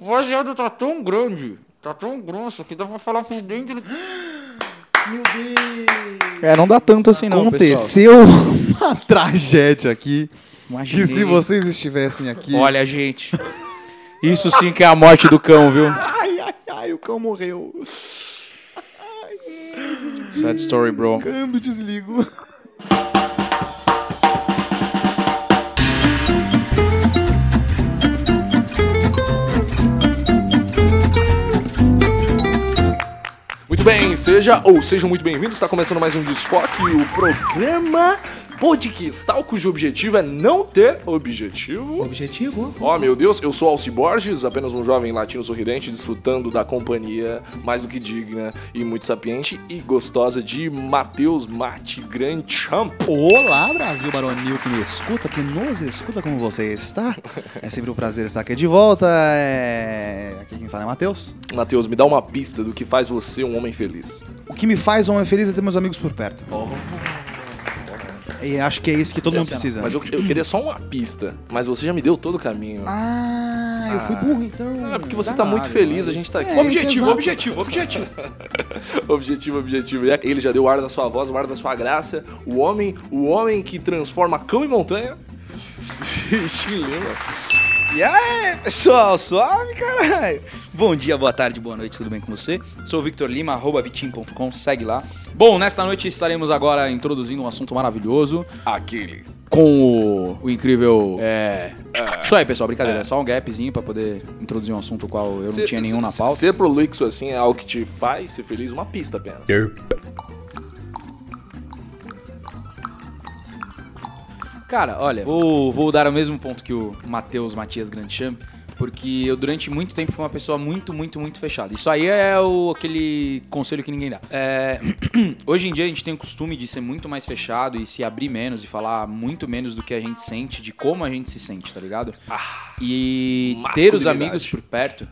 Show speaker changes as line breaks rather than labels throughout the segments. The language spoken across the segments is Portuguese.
O baseado tá tão grande, tá tão grosso, que dá pra falar com o dente.
Meu Deus!
É, não dá tanto assim não, pessoal.
Aconteceu uma tragédia aqui.
Imaginei.
Que se vocês estivessem aqui.
Olha, gente. Isso sim que é a morte do cão, viu?
Ai, ai, ai, o cão morreu.
Sad story, bro.
Câmbio, desligo.
Muito bem, seja ou sejam muito bem-vindos. Está começando mais um Desfoque, o programa podcastal cujo objetivo é não ter objetivo.
Objetivo?
Ó, meu Deus, eu sou Alci Borges, apenas um jovem latino sorridente, desfrutando da companhia mais do que digna e muito sapiente e gostosa de Matheus Mate Grand Champ.
Olá, Brasil Baronil que me escuta, que nos escuta como você está. É sempre um prazer estar aqui de volta. É... Aqui quem fala é Matheus.
Matheus, me dá uma pista do que faz você um homem feliz.
O que me faz um homem feliz é ter meus amigos por perto.
Oh.
E acho que é isso que todo mundo precisa.
Mas eu, eu queria só uma pista, mas você já me deu todo o caminho.
Ah, eu fui burro então.
É porque você tá muito feliz, a gente tá
é
aqui.
Objetivo,
objetivo, objetivo. objetivo, objetivo. E Ele já deu o ar da sua voz, o ar da sua graça. O homem, o homem que transforma cão em montanha. Chilena.
E aí, pessoal, suave, caralho? Bom dia, boa tarde, boa noite, tudo bem com você? Sou o Victor Lima, arroba vitim.com, segue lá. Bom, nesta noite estaremos agora introduzindo um assunto maravilhoso
Aquele.
Com o, o incrível... É... Isso aí, pessoal, brincadeira. É só um gapzinho pra poder introduzir um assunto qual eu não tinha nenhum na pauta.
Ser prolixo assim é algo que te faz ser feliz? Uma pista apenas.
Cara, olha, vou, vou dar o mesmo ponto que o Matheus Matias Grandchamp, porque eu durante muito tempo fui uma pessoa muito, muito, muito fechada. Isso aí é o, aquele conselho que ninguém dá. É, hoje em dia a gente tem o costume de ser muito mais fechado e se abrir menos e falar muito menos do que a gente sente, de como a gente se sente, tá ligado? e ter os
masculinidade.
amigos por perto,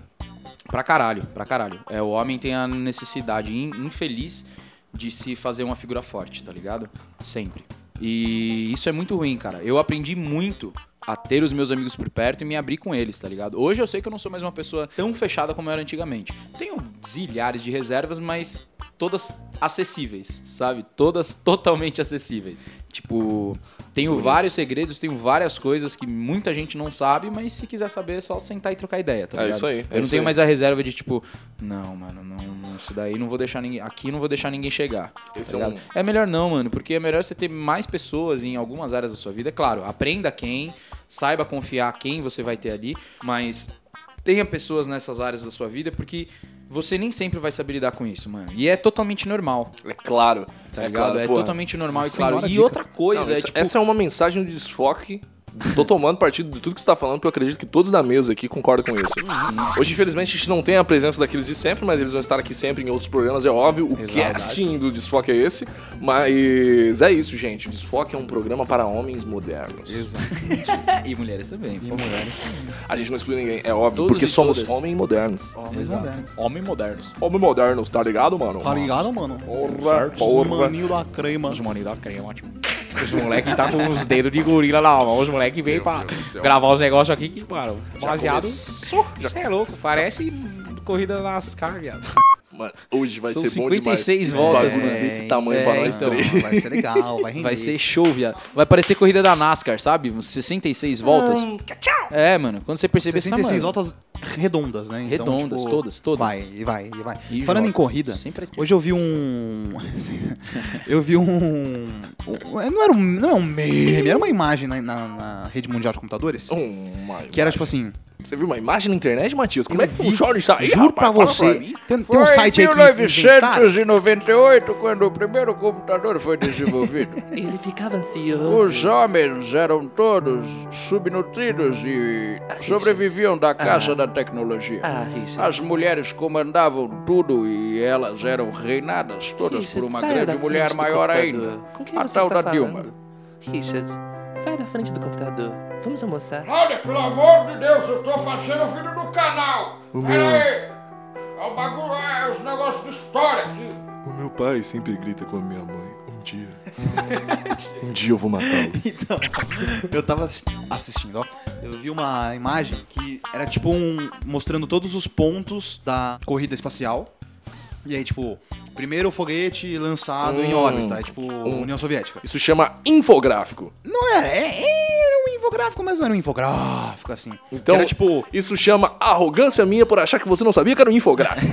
pra caralho, pra caralho. É, o homem tem a necessidade in- infeliz de se fazer uma figura forte, tá ligado? Sempre. E isso é muito ruim, cara. Eu aprendi muito a ter os meus amigos por perto e me abrir com eles, tá ligado? Hoje eu sei que eu não sou mais uma pessoa tão fechada como eu era antigamente. Tenho zilhares de reservas, mas todas acessíveis, sabe? Todas totalmente acessíveis. Tipo, tenho vários segredos, tenho várias coisas que muita gente não sabe, mas se quiser saber é só sentar e trocar ideia, tá
É
ligado?
isso aí, é
Eu não
isso
tenho
aí.
mais a reserva de tipo, não, mano, não, não, isso daí não vou deixar ninguém, aqui não vou deixar ninguém chegar.
Esse
tá
é um-
ligado? É melhor não, mano, porque é melhor você ter mais pessoas em algumas áreas da sua vida. É claro, aprenda quem, saiba confiar quem você vai ter ali, mas tenha pessoas nessas áreas da sua vida, porque você nem sempre vai saber lidar com isso, mano. E é totalmente normal,
É claro.
tá ligado?
claro,
é
porra.
totalmente normal e
Nossa,
claro.
senhora
E
dica.
outra
Não,
coisa é
essa,
tipo.
essa é uma mensagem de desfoque. Tô tomando partido de tudo que você tá falando, porque eu acredito que todos da mesa aqui concordam com isso. Hoje, infelizmente, a gente não tem a presença daqueles de sempre, mas eles vão estar aqui sempre em outros programas, é óbvio. O casting do Desfoque é esse. Mas é isso, gente. O Desfoque é um programa para homens modernos.
É, E mulheres também. pô.
A gente não exclui ninguém, é óbvio,
Todos
porque
e
somos
todas.
homens modernos.
Homens
Exato.
modernos.
Homens modernos.
Homens modernos, tá ligado, mano?
Tá ligado, mano?
Porra,
Os
porra.
maninho da crema.
Os maninhos da crema, ótimo. Os moleque tá com os dedos de gorila na mão. Os moleque veio pra gravar os negócios aqui que, mano, baseado. Você é louco, parece corrida nas caras, viado.
Mano, hoje vai
São
ser bom demais.
56
Esse
voltas,
bagulho
mano.
desse tamanho
É,
pra nós
então.
três.
Vai ser legal, vai render.
Vai ser show, viado. Vai parecer corrida da NASCAR, sabe? Uns 66 voltas.
Hum,
É, mano. Quando você perceber essa
66
mano,
voltas redondas, né? Então,
Redondas,
tipo,
todas, todas.
Vai, e vai, e vai.
E
Falando
joga.
em corrida,
é Sempre à esquerda.
hoje eu vi um. eu vi um. um- Não era um, não era um meme, era uma imagem na, na- na rede mundial de computadores.
Oh, my
Que era tipo assim.
Você viu uma imagem na internet, Matias? Como
eu
é que
vi,
funciona isso aí?
Juro
rapaz?
pra
Fala
você.
mim.
tem, tem um site aí que. inventaram.
1998, quando o primeiro computador foi desenvolvido. Ele ficava ansioso. Os homens eram todos subnutridos e sobreviviam da caça da tecnologia. As mulheres comandavam tudo e elas eram reinadas todas por uma grande mulher maior ainda. a tal da Dilma.
Richard, sai da frente do computador. Vamos almoçar.
Olha, pelo amor de Deus, eu tô fazendo o vídeo do canal. O meu. É o bagulho, é os é negócios de história aqui.
O meu pai sempre grita com a minha mãe. O Um dia. um dia eu vou matá-lo.
Então, eu tava assi- assistindo, ó. Eu vi uma imagem que era tipo um. mostrando todos os pontos da corrida espacial. E aí, tipo, primeiro foguete lançado em
Hum.
órbita, é tipo União Soviética.
Isso chama infográfico.
Não era, é- era um infográfico, mas não era um infográfico assim.
Então,
era tipo.
isso chama arrogância minha por achar que você não sabia que era um infográfico.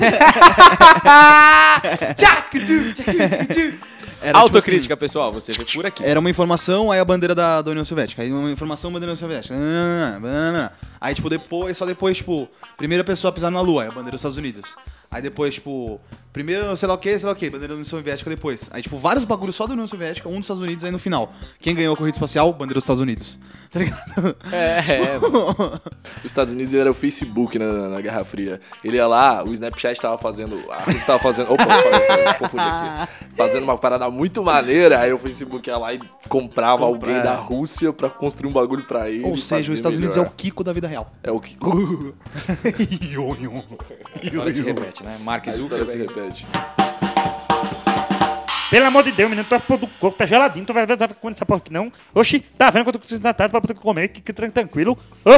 Era,
Autocrítica,
Tipo,
pessoal, você vê por aqui.
assim, era uma informação, aí a bandeira da, da União Soviética. Aí uma informação, bandeira da União Soviética. Nananana, bananana. Aí, tipo, depois, só depois, tipo, primeira pessoa a pisar na Lua, é a bandeira dos Estados Unidos. Aí depois, tipo, primeiro, sei lá o que, sei lá o que, bandeira da União Soviética depois. Aí, tipo, vários bagulhos só da União Soviética, um dos Estados Unidos, aí no final. Quem ganhou a corrida espacial? Bandeira dos Estados Unidos. Tá ligado?
É,
Os Tipo, Estados Unidos ele era o Facebook né, na, na Guerra Fria. Ele ia lá, o Snapchat tava fazendo. A Rússia tava fazendo. Opa, falei, confundi aqui. Fazendo uma parada muito maneira. Aí o Facebook ia lá e comprava alguém da Rússia pra construir um bagulho pra ele.
Ou
e
seja,
fazer
os Estados Unidos é o
melhor.
Kiko da vida real.
é o que. A
Agora se repete, né? Mark
história se
Zuckerberg.
repete.
Pelo amor de Deus, menino, tu vai pôr do coco, tá geladinho, tu vai ver, tá comendo essa porra aqui não. Oxi, tá vendo quanto eu tô precisando da tarde pra poder comer, que, que tran- tranquilo. Ô,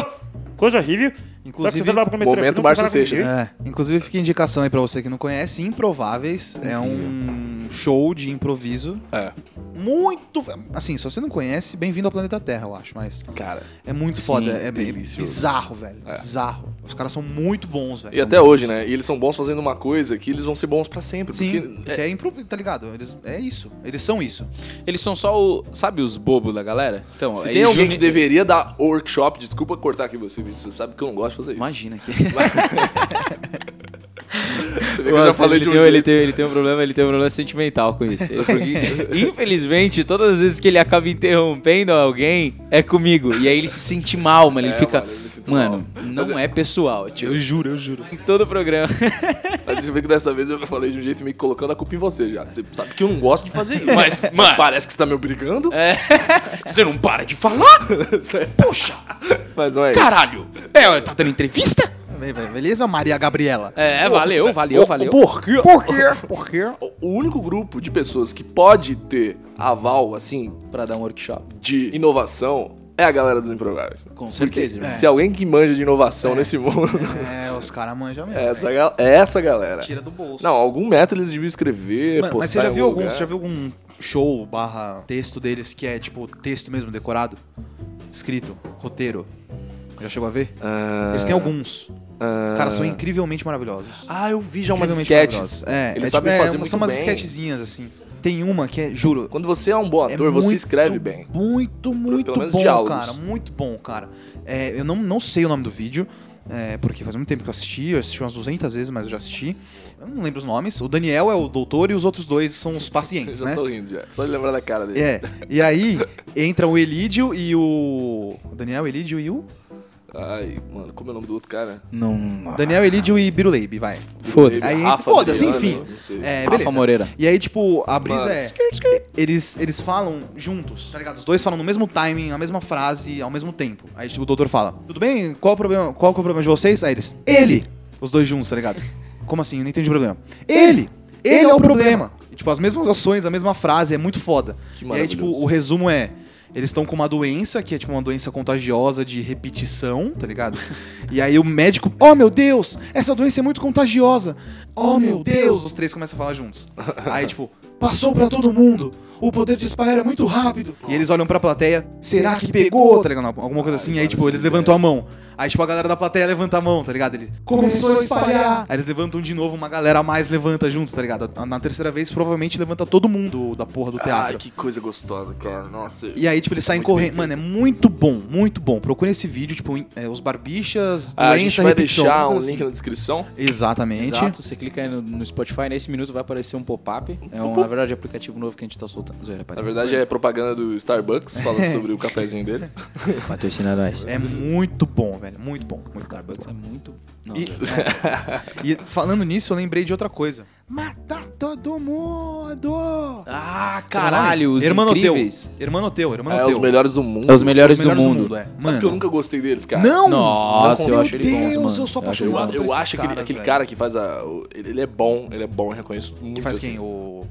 coisa horrível.
Inclusive,
Tá precisando pra comer
momento
tranquilo,
Márcio
pra falar
Seixas.
comigo.
É, inclusive fica a indicação aí pra você que não conhece, Improváveis, é um show de improviso.
É.
Muito, assim, se você não conhece, bem-vindo ao planeta Terra, eu acho, mas
Cara.
é muito foda, é bem
delicioso. É.
bizarro, velho, bizarro. Os caras são muito bons, velho.
E até hoje, né? E eles são bons fazendo uma coisa que eles vão ser bons pra sempre.
Sim,
porque-
porque é improviso, tá ligado? Eles, é isso, eles são isso.
Eles são só o. Sabe os bobos da galera? Então,
Se
é
tem
isso.
alguém que deveria dar workshop, desculpa cortar aqui você, Vitor. Você sabe que eu não gosto de fazer isso.
Imagina que.
Você vê que eu já falei
ele,
de um
tem, ele,
jeito.
tem, ele tem um problema, ele tem um problema sentimental com isso. É porque, infelizmente, todas as vezes que ele acaba interrompendo alguém, é comigo. E aí ele se sente mal, mano. Ele
É,
fica.
mano, eu me sinto
Mano, não é pessoal, tio. Eu juro, eu juro. Em todo o programa.
Mas você vê que dessa vez eu falei de um jeito meio que colocando a culpa em você já. Você sabe que eu não gosto de fazer isso. Mas, mano, parece que você tá me obrigando. É.
Você não para de falar?
Puxa! Mas não é isso.
Caralho! É, tá dando entrevista?
Vem, vai, Beleza, Maria Gabriela?
É, valeu, valeu, valeu.
Por quê? Por quê? O único grupo de pessoas que pode ter aval, assim,
Pra dar um workshop.
de inovação é a galera dos improváveis.
Com certeza, irmão.
Se alguém que manja de inovação nesse mundo
É, os caras manjam mesmo.
é essa, gal- é essa galera.
Tira do bolso.
Não, algum método eles deviam escrever,
Mano,
postar
mas você já
em
viu
algum
algum,
lugar.
você já viu algum show barra texto deles que é tipo texto mesmo decorado, escrito, roteiro? Já chegou a ver?
Ah,
Eles têm alguns. Cara, são incrivelmente maravilhosos.
Ah, eu vi já umas
Incrivelmente
sketches.
maravilhosos. É,
eles
é,
sabem
tipo, é,
fazer muito
São umas
bem.
sketchzinhas assim. Tem uma que é, juro,
Quando você é um bom
é
ator, você escreve bem.
Muito, muito
pelo menos
bom,
diálogos.
cara. Muito bom, cara. É, eu não, não sei o nome do vídeo, é, porque faz muito tempo que eu assisti. Eu assisti umas 200 vezes, mas eu já assisti. Eu não lembro os nomes. O Daniel é o doutor e os outros dois são os
Eu
pacientes,
já
né?
tô rindo já. Só de lembrar da cara dele.
É. E aí, entra o Elídio e o... o Daniel, Elídio e o...
Ai, mano, como é o nome do outro cara?
Não.
Daniel, Elídio e Biruleibe, vai.
Foda-se.
Aí,
Rafa
foda-se,
Adriano,
enfim.
não sei.
É,
Rafa
beleza.
Moreira.
E aí, tipo, a brisa
Mano,
é. Eles, eles falam juntos, tá ligado? Os dois falam no mesmo timing, a mesma frase, ao mesmo tempo. Aí, tipo, o doutor fala: Tudo bem? Qual o problema, qual que é o problema de vocês? Aí eles: Ele! Os dois juntos, tá ligado? Como assim? Eu não entendi o problema. Ele! Ele, é, o problema! E, tipo, as mesmas ações, a mesma frase, é muito foda.
Que
e aí, tipo,
maravilhoso.
o resumo é. Eles estão com uma doença, que é tipo uma doença contagiosa de repetição, tá ligado? E aí o médico, oh meu Deus, essa doença é muito contagiosa. Oh meu Deus, os três começam a falar juntos. Aí tipo, passou pra todo mundo. O poder de espalhar é muito rápido. E eles olham pra plateia, será que pegou? Tá ligado? Alguma coisa assim. Aí tipo, eles levantam a mão. Aí tipo, a galera da plateia levanta a mão, tá ligado? Ele começou a espalhar. Aí eles levantam de novo, uma galera a mais levanta juntos, tá ligado? Na terceira vez, provavelmente levanta todo mundo da porra do teatro.
Ai, que coisa gostosa, cara. Nossa.
E aí, tipo, eles saem
Muito bem
correndo. Mano, é muito bom, muito bom. Procure esse vídeo, tipo, em- é, os barbichas, doença,
Ah, a gente vai
repetição,
deixar um
alguma coisa
link na
assim.
descrição.
Exatamente.
Exato, você clica aí no, no Spotify, nesse minuto vai aparecer um pop-up. É um, na verdade, aplicativo novo que a gente tá soltando. Zoeira,
Na verdade, é propaganda do Starbucks, falando sobre o cafezinho deles.
patrocina nós.
É muito bom, velho. Muito bom. Muito
Starbucks é muito. Não,
E, é. E falando nisso, eu lembrei de outra coisa. Matar todo mundo!
Ah, caralho, os
Hermanoteu.
incríveis.
Hermanoteu,
É,
Hermanoteu.
os melhores do mundo.
É os melhores,
Os melhores
do mundo.
é.
Sabe que eu
Mano,
nunca gostei deles, cara?
não!
Nossa, eu
meu
acho ele bons,
Deus,
mano.
eu sou
Eu acho ele
apaixonado por
bons.
Eu
esses
acho aquele,
caras,
aquele
velho.
cara que faz a. o- Ele, ele é bom, ele é bom, eu reconheço muito.
Que faz
assim.
quem? O...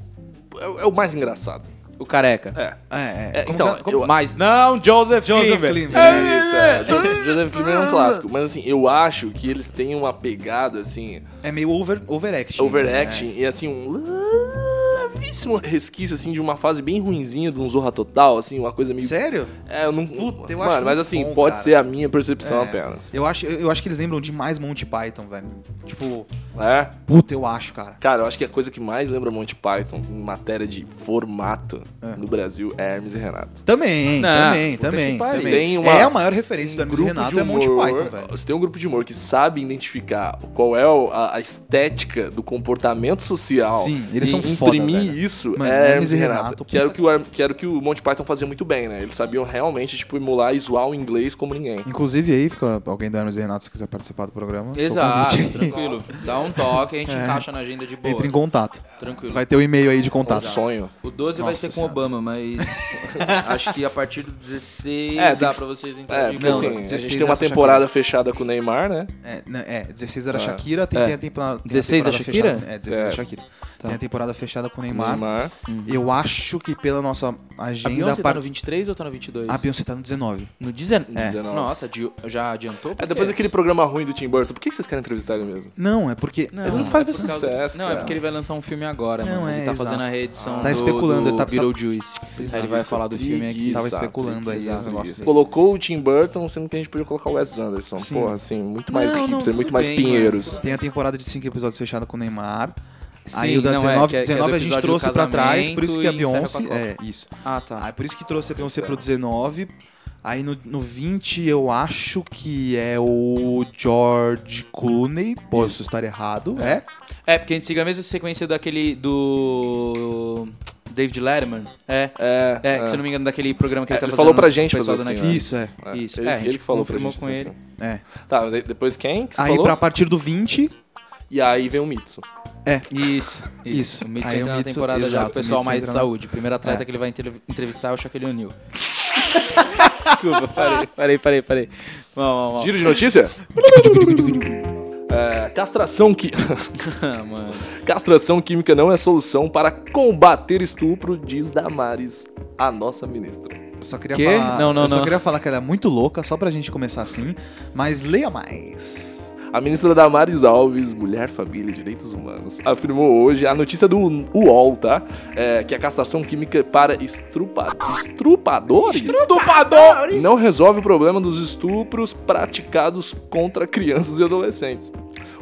É, o- é o mais engraçado.
o careca.
É.
É, é.
É, então, eu,
Mas não, Joseph,
Joseph
Klimber.
Klimber.
é isso, é. Joseph- Joseph Klimber é um clássico. Mas assim, eu acho que eles têm uma pegada, assim,
É meio over, né? overacting.
overacting e assim, um levíssimo resquício, assim, de uma fase bem ruinzinha de um Zorra Total, assim, uma coisa
né?
meio...
Sério?
É, eu não...
Puta, eu
Mano,
acho
mas
muito
assim,
bom,
pode
cara.
ser a minha percepção
É.
apenas.
Eu acho, eu eu acho que eles lembram demais Monty Python, velho. Tipo,
É?
puta, eu acho, cara.
Cara, eu acho que a coisa que mais lembra Monty Python em matéria de formato no Brasil é Hermes e Renato.
Também,
Não,
também,
Ah, puta que
também.
pariu.
também.
Tem uma-
é a maior referência do Hermes e
Um grupo
Renato
de
é Monty
humor,
Python, velho.
Se tem um grupo de humor que sabe identificar qual é o- a, a estética do comportamento social
Sim, eles
e
são foda,
imprimir
velho.
isso
Mano,
é Hermes e Renato. que,
puta
era o que, o, Herm- que era o que o Monty Python fazia muito bem, né? Eles sabiam realmente, tipo, emular e zoar o inglês como ninguém.
Inclusive aí, fica alguém do Hermes e Renato se quiser participar do programa. fica o
Exato,
convite.
tranquilo. Dá um toque, a gente encaixa na agenda de boa.
Entre em contato.
Tranquilo.
Vai ter o e-mail aí de
Um
contato.
sonho.
O 12 vai
Nossa
ser com
Senhora.
Obama, mas acho que a partir do 16
É, tem
dá
que-
pra vocês
É,
entrarem.
porque
Não,
assim, a
16
gente tem uma
era com Shakira.
temporada fechada com o Neymar, né?
É, não, é, 16 era Shakira, tem,
É.
tem a temporada. tem a
16 da
temporada
Shakira? Tá.
fechada- É, 16 da Shakira. Tem a temporada fechada com o Neymar.
Neymar.
Eu acho que pela nossa
a
agenda.
Beyoncé
par-
tá no 23 ou tá no 22?
A Beyoncé tá no 19.
No 19.
É.
19.
Nossa, adi- já adiantou? Por
É depois
quê?
daquele programa ruim do Tim Burton. Por que que vocês querem entrevistar ele mesmo?
Não, é porque.
Não,
Ele não faz
é por
esse
causa-
sucesso,
Não, é
cara.
porque ele vai lançar um filme agora,
Não,
mano.
é,
ele tá fazendo
exato.
a reedição
Tá
do,
especulando,
do
ele tá- tá-
Beetlejuice. Aí ele vai
Exato.
falar do filme aqui.
Tava
Exato,
especulando aí
preguiça,
os negócios.
preguiça.
aí.
Colocou o Tim Burton, sendo que a gente podia colocar o Wes Anderson.
Sim.
Porra, assim, muito mais
Não, não,
hipster,
tudo
muito mais
bem,
pinheiros.
Tem a temporada de 5 episódios fechada com o Neymar.
Sim,
aí o da
não, é,
19,
que é- que é do
19 a gente
episódio do
trouxe pra trás,
casamento
por isso que a
e encerra
Beyoncé.
com a
É, isso.
Ah, tá.
Aí por isso que trouxe a Beyoncé pro 19. Aí no, no 20 eu acho que é o George Clooney. Posso estar errado. É?
É, porque a gente siga a mesma sequência daquele do David Letterman. É.
É,
É, que se eu não me engano, daquele programa que ele
É,
tá
ele
fazendo.
falou pra
com o
gente
pessoal
fazer
do
assim, né?
Isso, é.
é.
Isso,
Ele,
é, a gente
ele que falou pra
confirmou
gente.
com
isso,
ele.
assim.
é.
Tá, de- depois quem que você
Aí
falou?
pra partir do 20,
E aí vem o Mitsu.
Isso,
Isso.
O Mitsu
Aí
entra
o
na
Mitsu-
temporada já
exato,
pro pessoal
o Mitsu
mais de
entra na-
saúde. O primeiro atleta que ele vai entre- entrevistar é o Shaquille O'Neal. Desculpa, parei, parei, parei, parei. Mal, mal, mal.
Giro de notícia? É, castração que...
Ah, mano.
Castração química não é solução para combater estupro, diz Damares, a nossa ministra.
Só queria
Quê?
falar.
Não, não,
eu só
não.
queria falar que ela é muito louca, só pra gente começar assim. Mas leia mais.
A ministra Damares Alves, Mulher, Família e Direitos Humanos, afirmou hoje a notícia do UOL, tá? É, que a castração química para estrupa, estrupadores não resolve o problema dos estupros praticados contra crianças e adolescentes.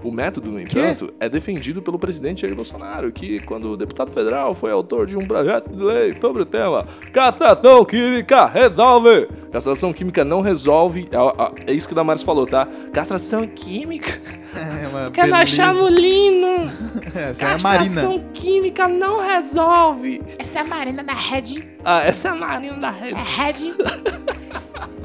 O método, no entanto, é defendido pelo presidente Jair Bolsonaro, que, quando o deputado federal foi autor de um projeto de lei sobre o tema Castração Química Resolve! Castração Química não resolve, é, ó, é isso que o Damares falou, tá? Castração Química
É uma
Que ela
beleza.
chama o Lino.
Essa é a
tá
Marina.
um
Castração química não resolve.
Essa é a Marina da Red.
Ah, essa
Essa é a Marina da Rede.
É Red.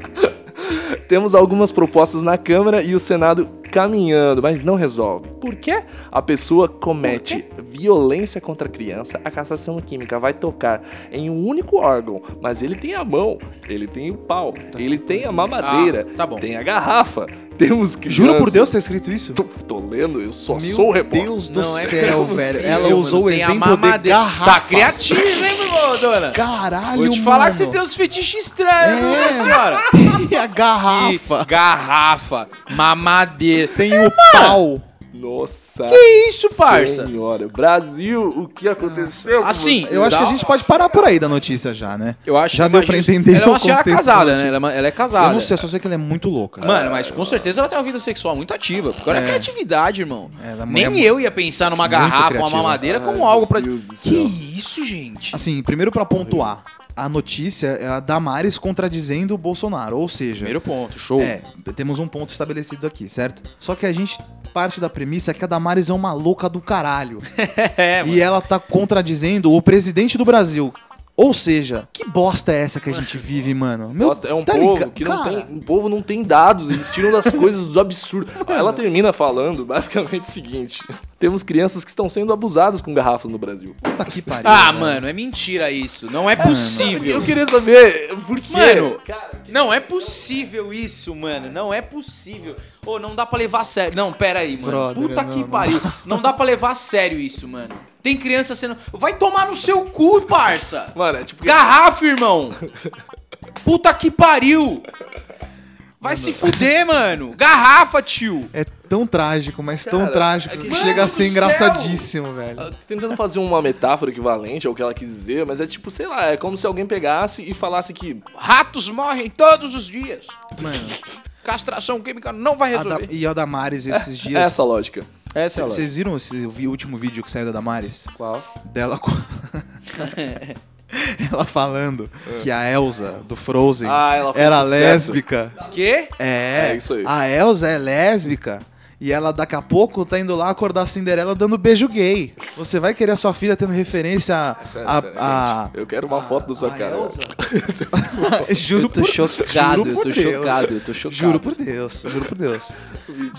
Temos algumas propostas na Câmara e o Senado caminhando, mas não resolve. Por quê? A pessoa comete violência contra a criança, a castração química vai tocar em um único órgão, mas ele tem a mão, ele tem o pau, ele tem a mamadeira,
Ah, tá bom.
tem a garrafa, temos que.
Juro por Deus, tá escrito isso?
Tô, tô lendo, eu só
Meu
sou o repórter.
Deus do
Não é
céu,
possível,
velho. Ela
mano.
usou o
Tem a
exemplo de
mamadeira.
garrafa.
Tá criativo, hein, meu dona?
Caralho,
Vou te falar
mano.
que você tem uns fetiches estranhos, viu, minha
É.
senhora?
E a garrafa.
E É Garrafa, mamadeira.
Tem o pau.
Nossa.
Que isso, parça?
Senhora, Brasil, o que aconteceu? com
Assim,
Eu acho que a gente pode parar por aí da notícia já, né?
Eu acho
Já
que
deu pra
imagino-
entender
Ela é
o
uma senhora
contexto da
casada, né?
notícia.
Ela é uma- ela é casada.
Eu não sei, eu só sei que ela é muito louca.
Mano, mas com certeza ela tem uma vida sexual muito ativa. Porque olha a criatividade, irmão.
Ela é
Nem
mulher-
eu ia pensar numa
Muito
garrafa,
criativa.
uma mamadeira como
Ai,
algo pra.
Deus do
que
céu.
isso, gente?
Assim, primeiro pra pontuar. A notícia é a Damares contradizendo o Bolsonaro, ou seja...
Primeiro ponto, show.
É, temos um ponto estabelecido aqui, certo? Só que a gente parte da premissa que a Damares é uma louca do caralho.
É,
e ela tá contradizendo o presidente do Brasil. Ou seja, que bosta é essa que a gente vive, mano? Meu,
Nossa, é um
tá
povo
liga-
que não
cara,
tem. O povo não tem dados, eles tiram das coisas do absurdo. Ela termina falando basicamente o seguinte: temos crianças que estão sendo abusadas com garrafas no Brasil.
Puta que pariu.
Ah,
velho.
mano, é mentira isso. Não é possível.
Eu queria saber por quê.
Mano,
Cara,
Não é possível isso, mano. Não é possível. Ô, não dá pra levar a sério. Não, pera aí, mano.
Brother,
Puta
não,
que
não.
pariu. Não dá pra levar a sério isso, mano. Tem criança sendo. Vai tomar no seu cu, parça!
Mano, é tipo.
Garrafa, irmão! Puta que pariu! Vai se fuder, mano! Garrafa, tio!
É tão trágico, mas tão
Cara,
trágico.
é
que
que-
chega a
Mano
ser
do
engraçadíssimo, velho.
Eu tô Tentando fazer uma metáfora equivalente ao que ela quis dizer, mas é tipo, sei lá, é como se alguém pegasse e falasse que.
Ratos morrem todos os dias!
Mano,
Castração química não vai
a
resolver.
Da- e a Damares esses
É
dias.
essa a lógica.
Essa é a lógica.
Vocês viram esse vi- último vídeo que saiu da Damares?
Qual?
Dela co- Ela falando que a Elsa do Frozen
Ah, ela fez
era
sucesso.
lésbica.
Quê?
É,
É isso aí.
A Elsa é lésbica. E ela daqui a pouco tá indo lá acordar a Cinderela dando beijo gay. Você vai querer a sua filha tendo referência a.
Sério,
a-
sério,
a-
gente. Eu quero uma foto da sua
a
cara.
Elsa? juro
Eu tô
por
chocado,
juro
eu
por
tô
Deus.
chocado, eu tô chocado.
Juro por Deus, juro por Deus.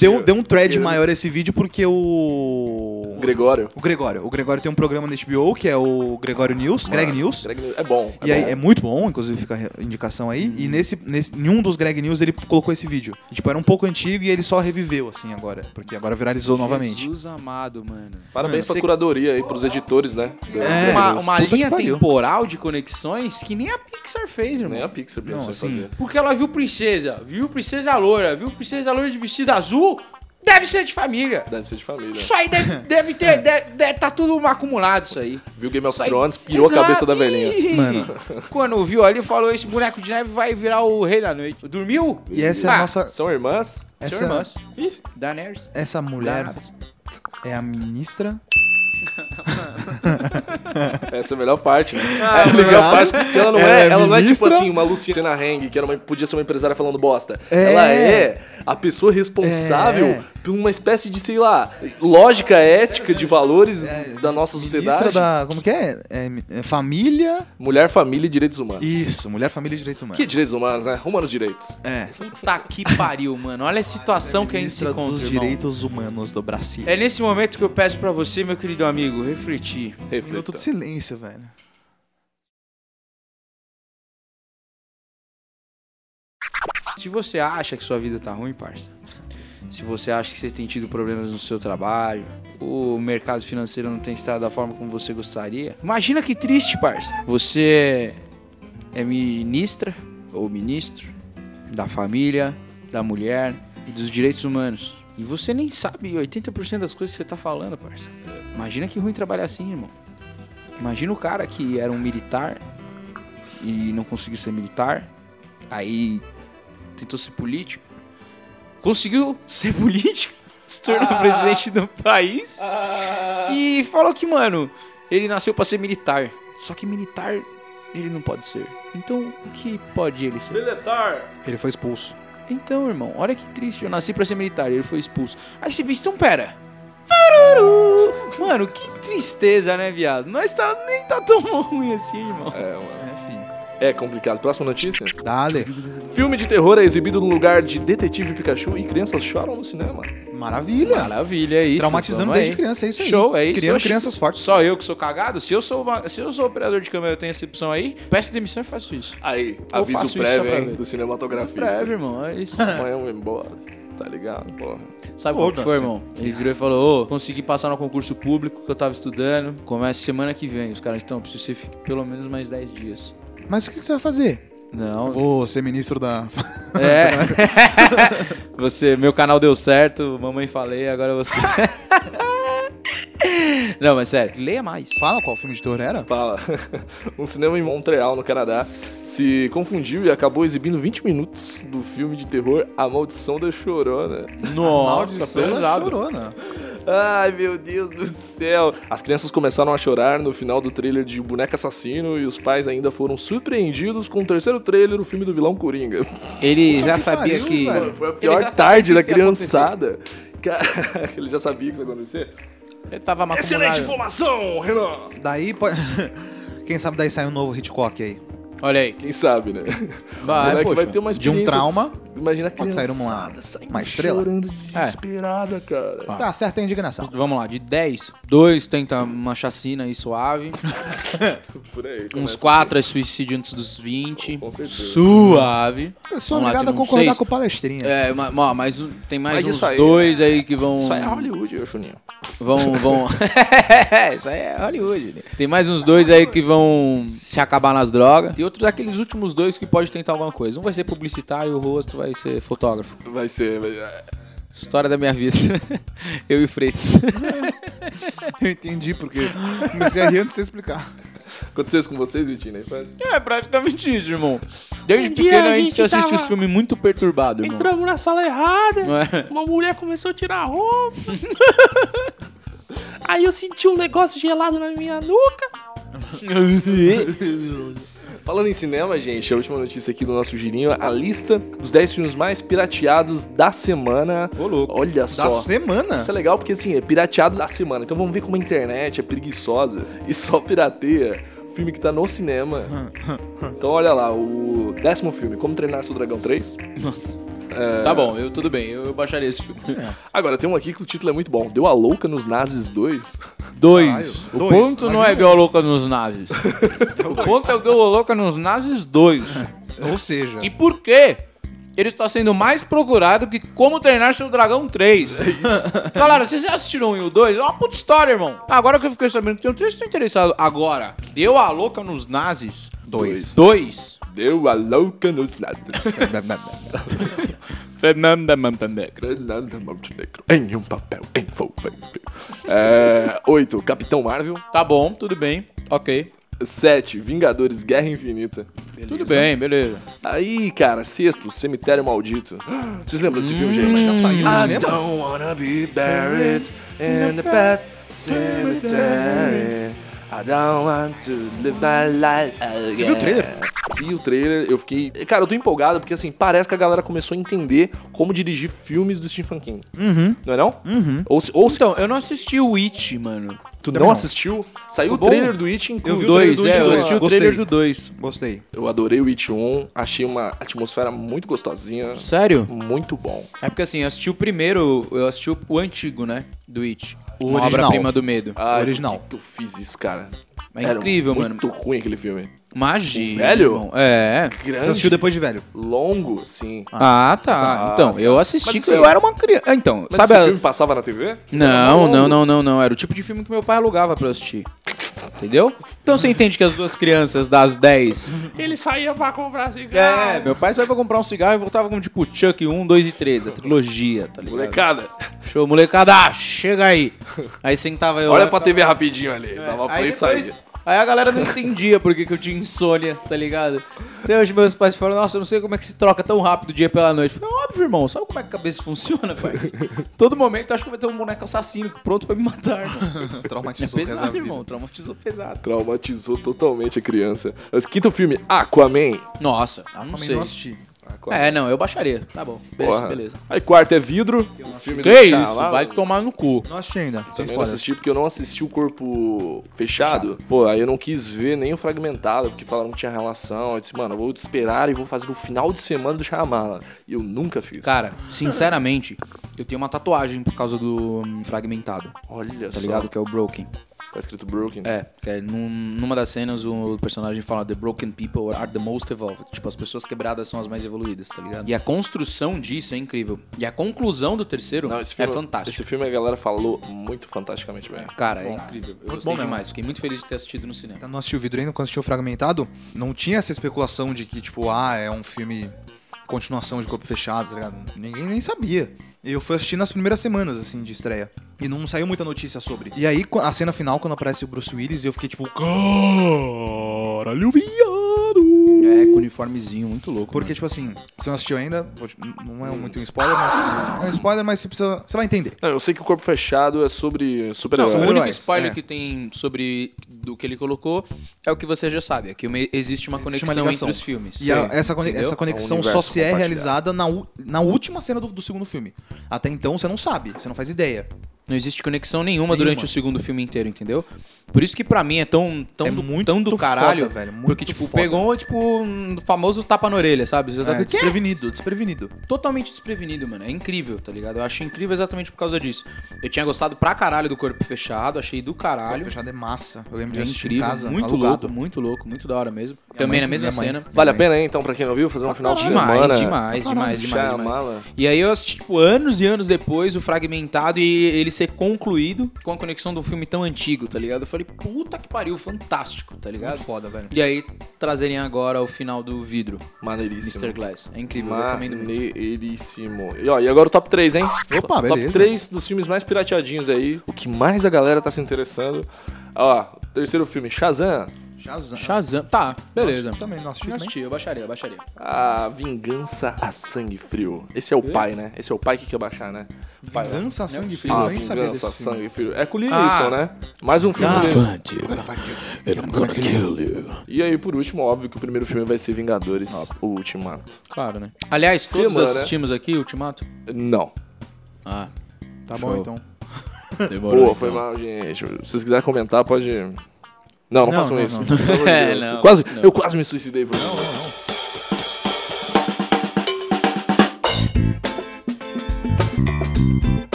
deu, deu um thread
Eu-
maior esse vídeo porque o.
Gregório.
O Gregório. O Gregório tem um programa na HBO que é o Gregório News, Greg News.
Greg News. É bom.
e aí
bom.
é muito bom, inclusive fica a indicação aí. E
Hum.
nesse, nesse, em um dos Greg News ele colocou esse vídeo. E, tipo, era um pouco antigo e ele só reviveu, assim, agora. Porque agora viralizou novamente.
Jesus amado, mano.
Parabéns pra
Você-
curadoria aí, pros editores, né? do-
É.
uma
do-
uma
puta que
linha
pariu.
temporal de conexões que nem a Pixar fez, irmão.
Nem a Pixar pensou
Não,
em
assim,
fazer.
Porque ela viu princesa, viu princesa loura, viu princesa loura de vestido azul, deve ser de família.
Deve ser de família.
Isso aí deve, deve ter, deve, deve- tá tudo acumulado isso aí.
Viu Game of
Isso aí-
Thrones, pirou a
Exato.
cabeça da velhinha.
Ih,
Mano.
Quando viu ali, falou, esse boneco de neve vai virar o rei da noite. Dormiu?
E essa é a
Ah,
nossa.
São irmãs?
São
Essa,
irmãs. Daenerys.
essa mulher
Daenerys.
é a ministra.
Essa é a melhor parte, né? essa é a
Ah,
obrigado.
melhor parte. Porque ela não
Ela
é,
é
ela não é tipo
ministra.
assim, uma Luciana Hang, que era uma- podia ser uma empresária falando bosta.
É.
Ela é a pessoa responsável
É.
por uma espécie de, sei lá, lógica ética de valores da nossa
É. Ministra
sociedade.
da. Como que é? É, é família.
Mulher, família e direitos humanos.
Isso, mulher, família e direitos humanos.
Que direitos humanos, né? Humanos direitos.
É.
Puta Tá que pariu, mano. Olha a situação que a gente se
Ministra
encontra,
dos
irmão.
direitos humanos do Brasil.
É nesse momento que eu peço pra você, meu querido amigo, refletir.
Um minuto
Reflita.
de
É,
silêncio, velho.
Se você acha que sua vida tá ruim, parça, se você acha que você tem tido problemas no seu trabalho, o mercado financeiro não tem estado da forma como você gostaria, imagina que triste, parça. Você é ministra ou ministro da família, da mulher e dos direitos humanos. E você nem sabe 80% das coisas que você tá falando, parça. Imagina que ruim trabalhar assim, irmão. Imagina o cara que era um militar e não conseguiu ser militar. Aí tentou ser político, conseguiu ser político, se tornou presidente do país e falou que, mano, ele nasceu pra ser militar. Só que militar ele não pode ser. Então, o que pode ele ser?
Ele foi expulso.
Então, irmão, olha que triste. Eu nasci pra ser militar, ele foi expulso. Aí você pensa, então pera. Mano, que tristeza, né, viado? Nós tá, nem tá tão ruim assim, irmão.
É, sim.
É complicado. Próxima notícia.
Dale.
Tipo
Filme de terror é exibido no lugar de Detetive Pikachu e crianças choram no cinema.
Maravilha.
Maravilha, é isso.
Traumatizando
vamos
desde
aí.
criança, é isso aí.
Show, é isso.
Criando
Oxi,
crianças fortes.
Só eu que sou cagado? Se eu sou, uma- se eu sou operador de câmera e eu tenho essa opção aí, peço demissão e faço isso.
Aí,
Eu
aviso
faço isso só
prévio,
pra
hein,
ver.
do cinematografista.
Breve, irmão, é isso.
Amanhã eu vou embora. Tá ligado, porra?
Sabe qual que foi, irmão? Ele virou e falou, ô, consegui passar no concurso público que eu tava estudando, começa semana que vem. Os caras, então, preciso que você fique pelo menos mais 10 dias.
Mas o que que você vai fazer?
Não,
Vou ser ministro da.
é. você, meu canal deu certo, mamãe falei, agora você. Não, mas sério, leia mais.
Fala qual filme de terror era?
Fala. Um cinema em Montreal, no Canadá, se confundiu e acabou exibindo 20 minutos do filme de terror A Maldição da Chorona.
tá
Maldição da Chorona.
Ai, meu Deus do céu. As crianças começaram a chorar no final do trailer de Boneca Assassino e os pais ainda foram surpreendidos com o terceiro trailer, o filme do vilão Coringa.
Ele já
que
sabia
pariu,
que...
velho.
Foi a pior
já
tarde da
sabia que ia
criançada. Cara, ele já sabia que isso ia acontecer.
Ele tava maculado.
Excelente informação, Renan!
Daí pode. Quem sabe daí sai um novo Hitchcock aí.
Olha aí.
Quem sabe, né? o
Vai,
moleque
poxa.
vai ter uma
De um
experiência.
trauma.
Imagina a
Pode sair uma-
criançada saindo
uma estrela. É.
chorando desesperada, cara.
Ah.
Tá certa a indignação.
Vamos lá, de 10, 2 tenta uma chacina aí suave,
Por aí.
uns
começa
4 é suicídio antes dos 20,
assim. Com certeza.
suave.
Eu sou
Vamos lá,
obrigado a
tem um
concordar
seis.
com o palestrinha.
É, ma- ma- mas um- tem mais
Mas
uns
isso aí,
dois aí que vão...
um-
Isso aí é Hollywood, ô Juninho.
Vão, vão. Isso aí é Hollywood. Né? Tem mais uns dois aí que vão se acabar nas drogas. Tem outros daqueles últimos dois que pode tentar alguma coisa. Um vai ser publicitário, o outro vai ser fotógrafo.
Vai ser. vai- é.
História da minha vida. Eu e Freitas.
Eu entendi porque comecei a rir antes de você explicar.
Aconteceu isso com vocês, Vitinho, na infância?
É praticamente isso, irmão. Desde
Um dia
pequeno
a
a gente,
gente
assiste
tava-
os filmes muito perturbado, irmão.
Entramos na sala errada,
Não é?
uma mulher começou a tirar a roupa. Aí eu senti um negócio gelado na minha nuca.
Falando em cinema, gente, a última notícia aqui do nosso girinho, a lista dos 10 filmes mais pirateados da semana. Ô, louco. Olha
Da
só.
semana?
Isso é legal porque, assim, é pirateado da semana. Então vamos ver como a internet é preguiçosa e só pirateia filme que tá no cinema. Então olha lá, o décimo filme, Como Treinar Seu Dragão 3.
Nossa. Tá bom, eu tudo bem, eu, eu baixaria esse filme.
É.
Agora, tem um aqui que o título é muito bom. Deu a louca nos nazis 2.
Dois. O
Dois.
ponto não é deu a louca nos nazis. o ponto é o deu a louca nos nazis dois. É.
Ou seja,
E por quê? Ele está sendo mais procurado que Como Treinar Seu Dragão
É
3. Galera, vocês já assistiram um e o 2? É uma puta história, irmão. Agora que eu fiquei sabendo que tem um três tô interessado. Agora, deu a louca nos nazis
dois.
2.
Deu a louca nos nazis.
Fernanda Mantenegro.
Granada Montenegro em um papel envolvente. É, 8. Capitão Marvel.
Tá bom, tudo bem. Ok.
7. Vingadores Guerra Infinita.
Tudo bem, beleza.
Aí, cara, sexto, Cemitério Maldito. Vocês lembram desse filme, gente? né?
Já saiu no
Hum. I
cinema?
don't wanna be buried in the pet cemetery. I don't want to live my life again. Você
viu o trailer?
Vi o trailer, eu fiquei... Cara, eu tô empolgado porque, assim, parece que a galera começou a entender como dirigir filmes do Stephen King. Uhum. Não é não? Uhum. Ou se, ou se
Então, eu não assisti o It, mano.
tu não assistiu, saiu o
bom?
trailer do It, inclusive.
Dois,
do It
é, eu
dois.
assisti o
Gostei.
trailer do 2.
Gostei.
Eu adorei o It 1, achei uma atmosfera muito gostosinha,
Sério?
muito bom.
É porque assim, eu assisti o primeiro, eu assisti o, o antigo, né? Do It.
O
Uma
original.
obra-prima do medo.
Ah,
Original.
Por que, que eu fiz isso, cara?
É incrível,
muito
mano.
Muito ruim aquele filme.
Magia.
Velho?
irmão. É.
Grande,
Você assistiu depois de velho.
longo, sim.
Ah, tá.
Ah,
Então, eu assisti
Mas
que
assim,
eu era uma criança. Ah, Então,
Mas
sabe.
esse
a-
filme passava na TV?
Não, não, não, não, não. Era o tipo de filme que meu pai alugava pra eu assistir. Entendeu? Então você entende que as duas crianças das 10.
Ele saía pra comprar cigarro.
É, meu pai saiu pra comprar um cigarro e voltava com tipo Chuck 1, 2 e 3, a trilogia, tá ligado?
Molecada,
Show, molecada, ah, chega aí. Aí sentava eu.
olha
lá,
pra
ficava-
TV rapidinho ali. Dava play e
aí, depois-
saía.
aí a galera não entendia por que, que eu tinha insônia, tá ligado? Então hoje meus pais falaram, nossa, eu não sei como é que se troca tão rápido dia pela noite. Eu Falei, óbvio, irmão, sabe como é que a cabeça funciona, pai? Todo momento eu acho que vai ter um boneco assassino pronto pra me matar, irmão. É
Traumatizou o resto da
pesado,
vida.
irmão, traumatizou pesado.
Traumatizou totalmente a criança. Mas Quinto filme, Aquaman.
Nossa,
Ah,
não
também
sei.
não assisti.
Aquaman.
É, não, eu baixaria, tá bom, beleza,
Porra.
beleza.
Aí quarto é Vidro. O filme
Que isso,
Shyamalan.
vai tomar no cu.
Não assisti ainda. Sem
Também não
spoiler.
assisti porque eu não assisti o corpo fechado. Pô, aí eu não quis ver nem o fragmentado, porque falaram que tinha relação. Eu disse, mano, eu vou te esperar e vou fazer no final de semana do Shyamalan. E eu nunca fiz.
Cara, sinceramente, eu tenho uma tatuagem por causa do hum, fragmentado,
Olha
tá
só.
ligado? Que é o Broken.
Tá escrito Broken.
É, que é num- numa das cenas o personagem fala The broken people are the most evolved. Tipo, as pessoas quebradas são as mais evoluídas, tá ligado? E a construção disso é incrível. E a conclusão do terceiro
Não, esse filme,
é fantástica.
Esse filme a galera falou muito fantasticamente bem.
Cara, é incrível. Eu gostei
bom mesmo.
demais. Fiquei muito feliz de ter assistido no cinema.
Não assisti Tá o vidro ainda, quando assisti o fragmentado, não tinha essa especulação de que, tipo, ah, é um filme continuação de corpo fechado, tá ligado? Ninguém nem sabia. E Eu fui assistir nas primeiras semanas, assim, de estreia. E não saiu muita notícia sobre. E aí, a cena final, quando aparece o Bruce Willis, eu fiquei tipo, caralho, viado!
É, com uniformezinho, muito louco.
Porque, tipo assim, se não assistiu ainda, vou te- não é muito um spoiler, mas. É um spoiler, mas você precisa. Você vai entender.
Não, eu sei que o corpo fechado é sobre
Não, o
super-herói.
único
Heróis,
spoiler
é.
que tem sobre do que ele colocou é o que você já sabe, é que uma- existe uma
Existe
conexão
ligação.
entre os filmes.
E a-
Sim.
essa, cone-
Entendeu?
essa
É um
conexão só
universo
se é
compartilhado.
realizada na, u- na última cena do, do segundo filme. Até então você não sabe, você não faz ideia.
Não existe conexão nenhuma,
Nenhuma.
durante o segundo filme inteiro, entendeu? Por isso que pra mim é tão, tão,
É
do,
muito
tão do
foda,
caralho.
velho, muito
porque, tipo,
foda.
pegou, tipo, um famoso tapa na orelha, sabe? Você tá
É,
"Quê?"
desprevenido, desprevenido.
totalmente desprevenido, mano. É incrível, tá ligado? Eu acho incrível exatamente por causa disso. Eu tinha gostado pra caralho do corpo fechado, achei do
Corpo
caralho.
fechado é massa. Eu lembro de
É
assistir
incrível,
em casa,
muito
alugado.
louco, muito louco, muito da hora mesmo. Também
mãe-
na mesma
minha mãe.
cena.
Vale a pena, hein, então, pra quem não viu, fazer um final de semana.
Ah, Demais, demais, demais, demais, demais.
Shyamalan.
E aí eu assisti, tipo, anos e anos depois, o Fragmentado, e ele ser concluído com a conexão do filme tão antigo, tá ligado? Eu falei, puta que pariu, fantástico, tá ligado? foda, velho. E aí trazerem agora o final do vidro,
Maneiríssimo.
Mr. Glass. É incrível, eu recomendo muito.
Maneiríssimo. E, ó, e agora o top 3, hein?
Opa,
Top
beleza.
3 dos filmes mais pirateadinhos aí. O que mais a galera tá se interessando. Ó, terceiro filme, Shazam.
Shazam.
Shazam. Tá, beleza.
Também, nossa,
Eu
Chico,
assisti, eu baixaria, eu baixaria.
A vingança a sangue frio. Esse é o pai, né? Esse é o pai que quer baixar, né? Pai, né?
Vingança, sangue frio,
Ah,
eu nem sabia
vingança a
desse filme. Ah.
sangue frio. É com o Liam Neeson, né? Mais um filme dele. E aí, por último, óbvio que o primeiro filme vai ser Vingadores, o Ultimato.
Claro, né? Aliás,
Sim,
todos
mano, né?
assistimos aqui Ultimato?
Não.
Ah,
Tá
Show.
bom, então.
Boa,
demorou. então.
foi mal, gente. Se vocês quiserem comentar, pode. Não,
Não,
não, façam
não,
isso.
não.
Pelo amor de
É,
Deus.
não,
quase,
não.
Eu quase me suicidei por isso.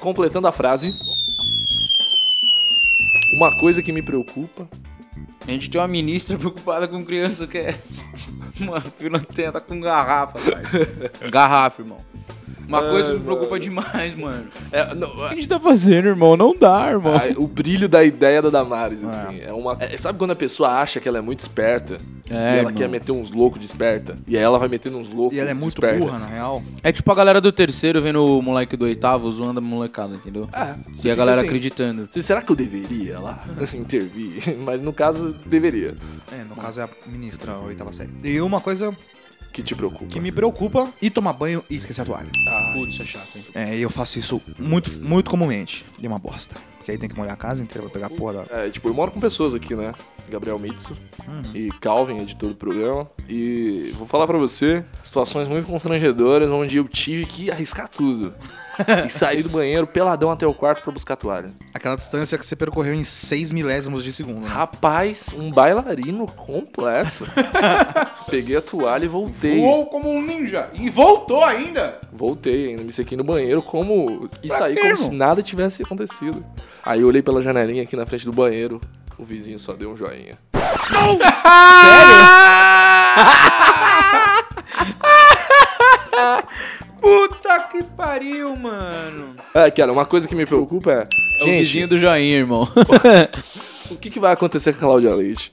Completando a frase. Uma coisa que me preocupa.
A gente tem uma ministra preocupada com criança que é. Mano, piroteia tá com garrafa, parça. garrafa, irmão. Uma
Ah,
coisa que me preocupa demais, mano. Ah,
é, não,
O que a gente tá fazendo, irmão? Não dá, irmão.
a- o brilho da ideia da Damares, assim. É. uma, é- sabe quando a pessoa acha que ela é muito esperta?
É,
e ela
irmão.
quer meter uns loucos de esperta. E aí ela vai metendo uns loucos
E ela é muito
desperta.
burra, na real.
É tipo a galera do terceiro vendo o moleque do oitavo zoando a molecada, entendeu?
É,
e
você
a galera
fica assim,
acreditando.
Se- Será que eu deveria lá intervir? Mas no caso, deveria.
É, no caso é a ministra, a oitava série. E uma coisa
Que te preocupa.
que me preocupa, ir tomar banho e esquecer a toalha.
Putz, isso é chato, hein?
É, e eu faço isso muito, muito comumente. E é uma bosta. Porque aí tem que molhar a casa inteira pra pegar a porra da...
É, tipo, eu moro com pessoas aqui, né? Gabriel Mitsu
Uhum.
e Calvin, editor do programa. E vou falar pra você situações muito constrangedoras onde eu tive que arriscar tudo. e sair do banheiro peladão até o quarto pra buscar a toalha.
Aquela distância que você percorreu em 6 milésimos de segundo, né?
Rapaz, um bailarino completo. Peguei a toalha e voltei.
Voou como um ninja e voltou ainda.
Voltei ainda, me sequei no banheiro como. E saí
quê,
como
irmão?
se nada tivesse acontecido. Aí eu olhei pela janelinha aqui na frente do banheiro, o vizinho só deu um joinha.
Puta que pariu, mano.
É, cara, uma coisa que me preocupa é.
É o
Gente,
vizinho do joinha, irmão.
o que, que vai acontecer com a Cláudia Leite?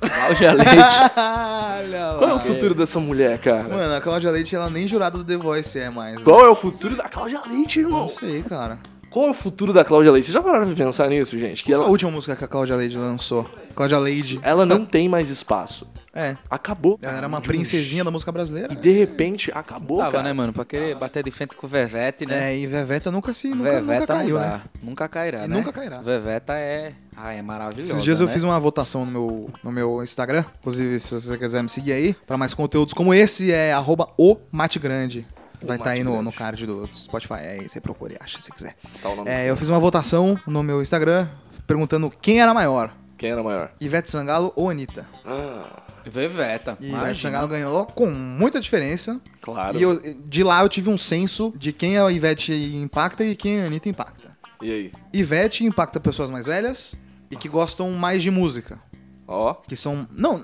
Cláudia Leite.
Qual é o futuro dessa mulher, cara?
Mano, a Cláudia Leite, ela nem jurada do The Voice é mais. né?
Qual é o futuro da Cláudia Leite, irmão?
Não sei, cara.
Qual é o futuro da Cláudia Leite? Vocês já pararam pra pensar nisso, gente? Que
Qual foi a
ela,
última música que a Cláudia Leite lançou? Cláudia Leite.
ela não tem mais espaço.
É.
Acabou.
Ela era uma princesinha da música brasileira.
E de repente acabou,
Tava, né,
cara.
mano? Pra querer bater de frente com o Vevete, né?
É, e Veveta nunca se. Nunca,
Veveta
nunca caiu,
não dá.
né?
Nunca cairá,
E
né?
nunca cairá.
Veveta é... Ah, é maravilhoso.
Esses dias eu
né?
fiz uma votação no meu, no meu Instagram. Inclusive, se você quiser me seguir aí, pra mais conteúdos como esse, é arroba o Mate Grande. Vai estar aí no, no card do do Spotify. É, aí você procura e acha se quiser.
Tá o nome
É,
dessa-
eu fiz uma votação no meu Instagram perguntando quem era maior.
Quem era maior?
Ivete Sangalo ou Anitta?
Ah,
um-
Veveta.
E
imagina.
Ivete Sangalo ganhou com muita diferença.
claro.
E eu, de lá eu tive um senso de quem a Ivete impacta e quem a Anitta impacta.
E aí?
Ivete impacta pessoas mais velhas e que gostam mais de música.
Ó,
Que são. Não,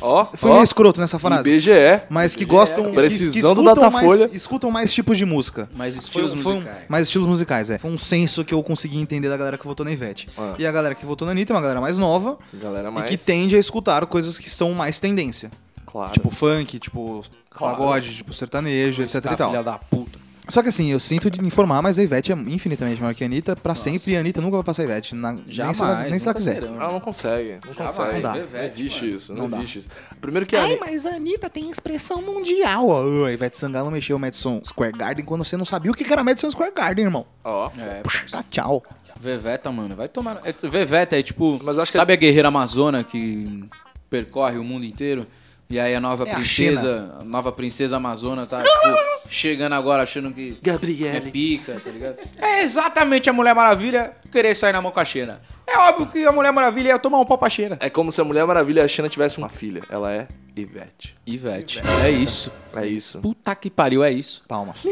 ó.
fui
ó.
meio escroto nessa frase.
IBGE.
Mas que gostam. que- que
Precisão do
escutam
Datafolha.
Mais, escutam mais tipos de música.
Mas
Foi um-
estilos
foi um-
musicais.
mais estilos musicais, é. Foi um senso que eu consegui entender da galera que votou na Ivete.
Ah.
E a galera que votou na Anitta é uma galera mais nova
Galera mais. Ah.
e que tende a escutar coisas que são mais tendência.
Claro.
Tipo funk, tipo pagode, tipo sertanejo, etc e tal.
Tá, Filha da puta.
Só que assim, eu sinto de informar, mas a Ivete é infinitamente maior que a Anitta pra sempre e a Anitta nunca vai passar a Ivete. na- nem
Jamais.
se ela, nem se ela
nunca
quiser.
serão.
ela Ah, não consegue. Não consegue.
vai,
Não,
Vevete,
existe
mano.
isso.
Não
Não,
dá.
existe isso. Primeiro que a
Ai,
Ani-
mas a Anitta tem expressão mundial.
mundial. ó. A Ivete Sangalo mexeu o Madison Square Garden quando você não sabia o que era Madison Square Garden, irmão.
Ó.
É,
Tá, tchau.
Veveta, mano, vai tomar. é, Veveta é tipo.
Mas eu acho que-
sabe a guerreira amazona que percorre o mundo inteiro? E aí a nova
É a
princesa. A, nova princesa amazona tá, tipo, chegando agora achando que. É
Gabriele.
pica, tá ligado? É exatamente a Mulher Maravilha querer sair na mão com a Xena. É óbvio que a Mulher Maravilha ia tomar um pau pra Xena.
É como se a Mulher Maravilha e a Xena tivessem uma filha. Ela é Ivete.
Ivete, é isso.
É isso.
Puta que pariu, é isso.
Palmas.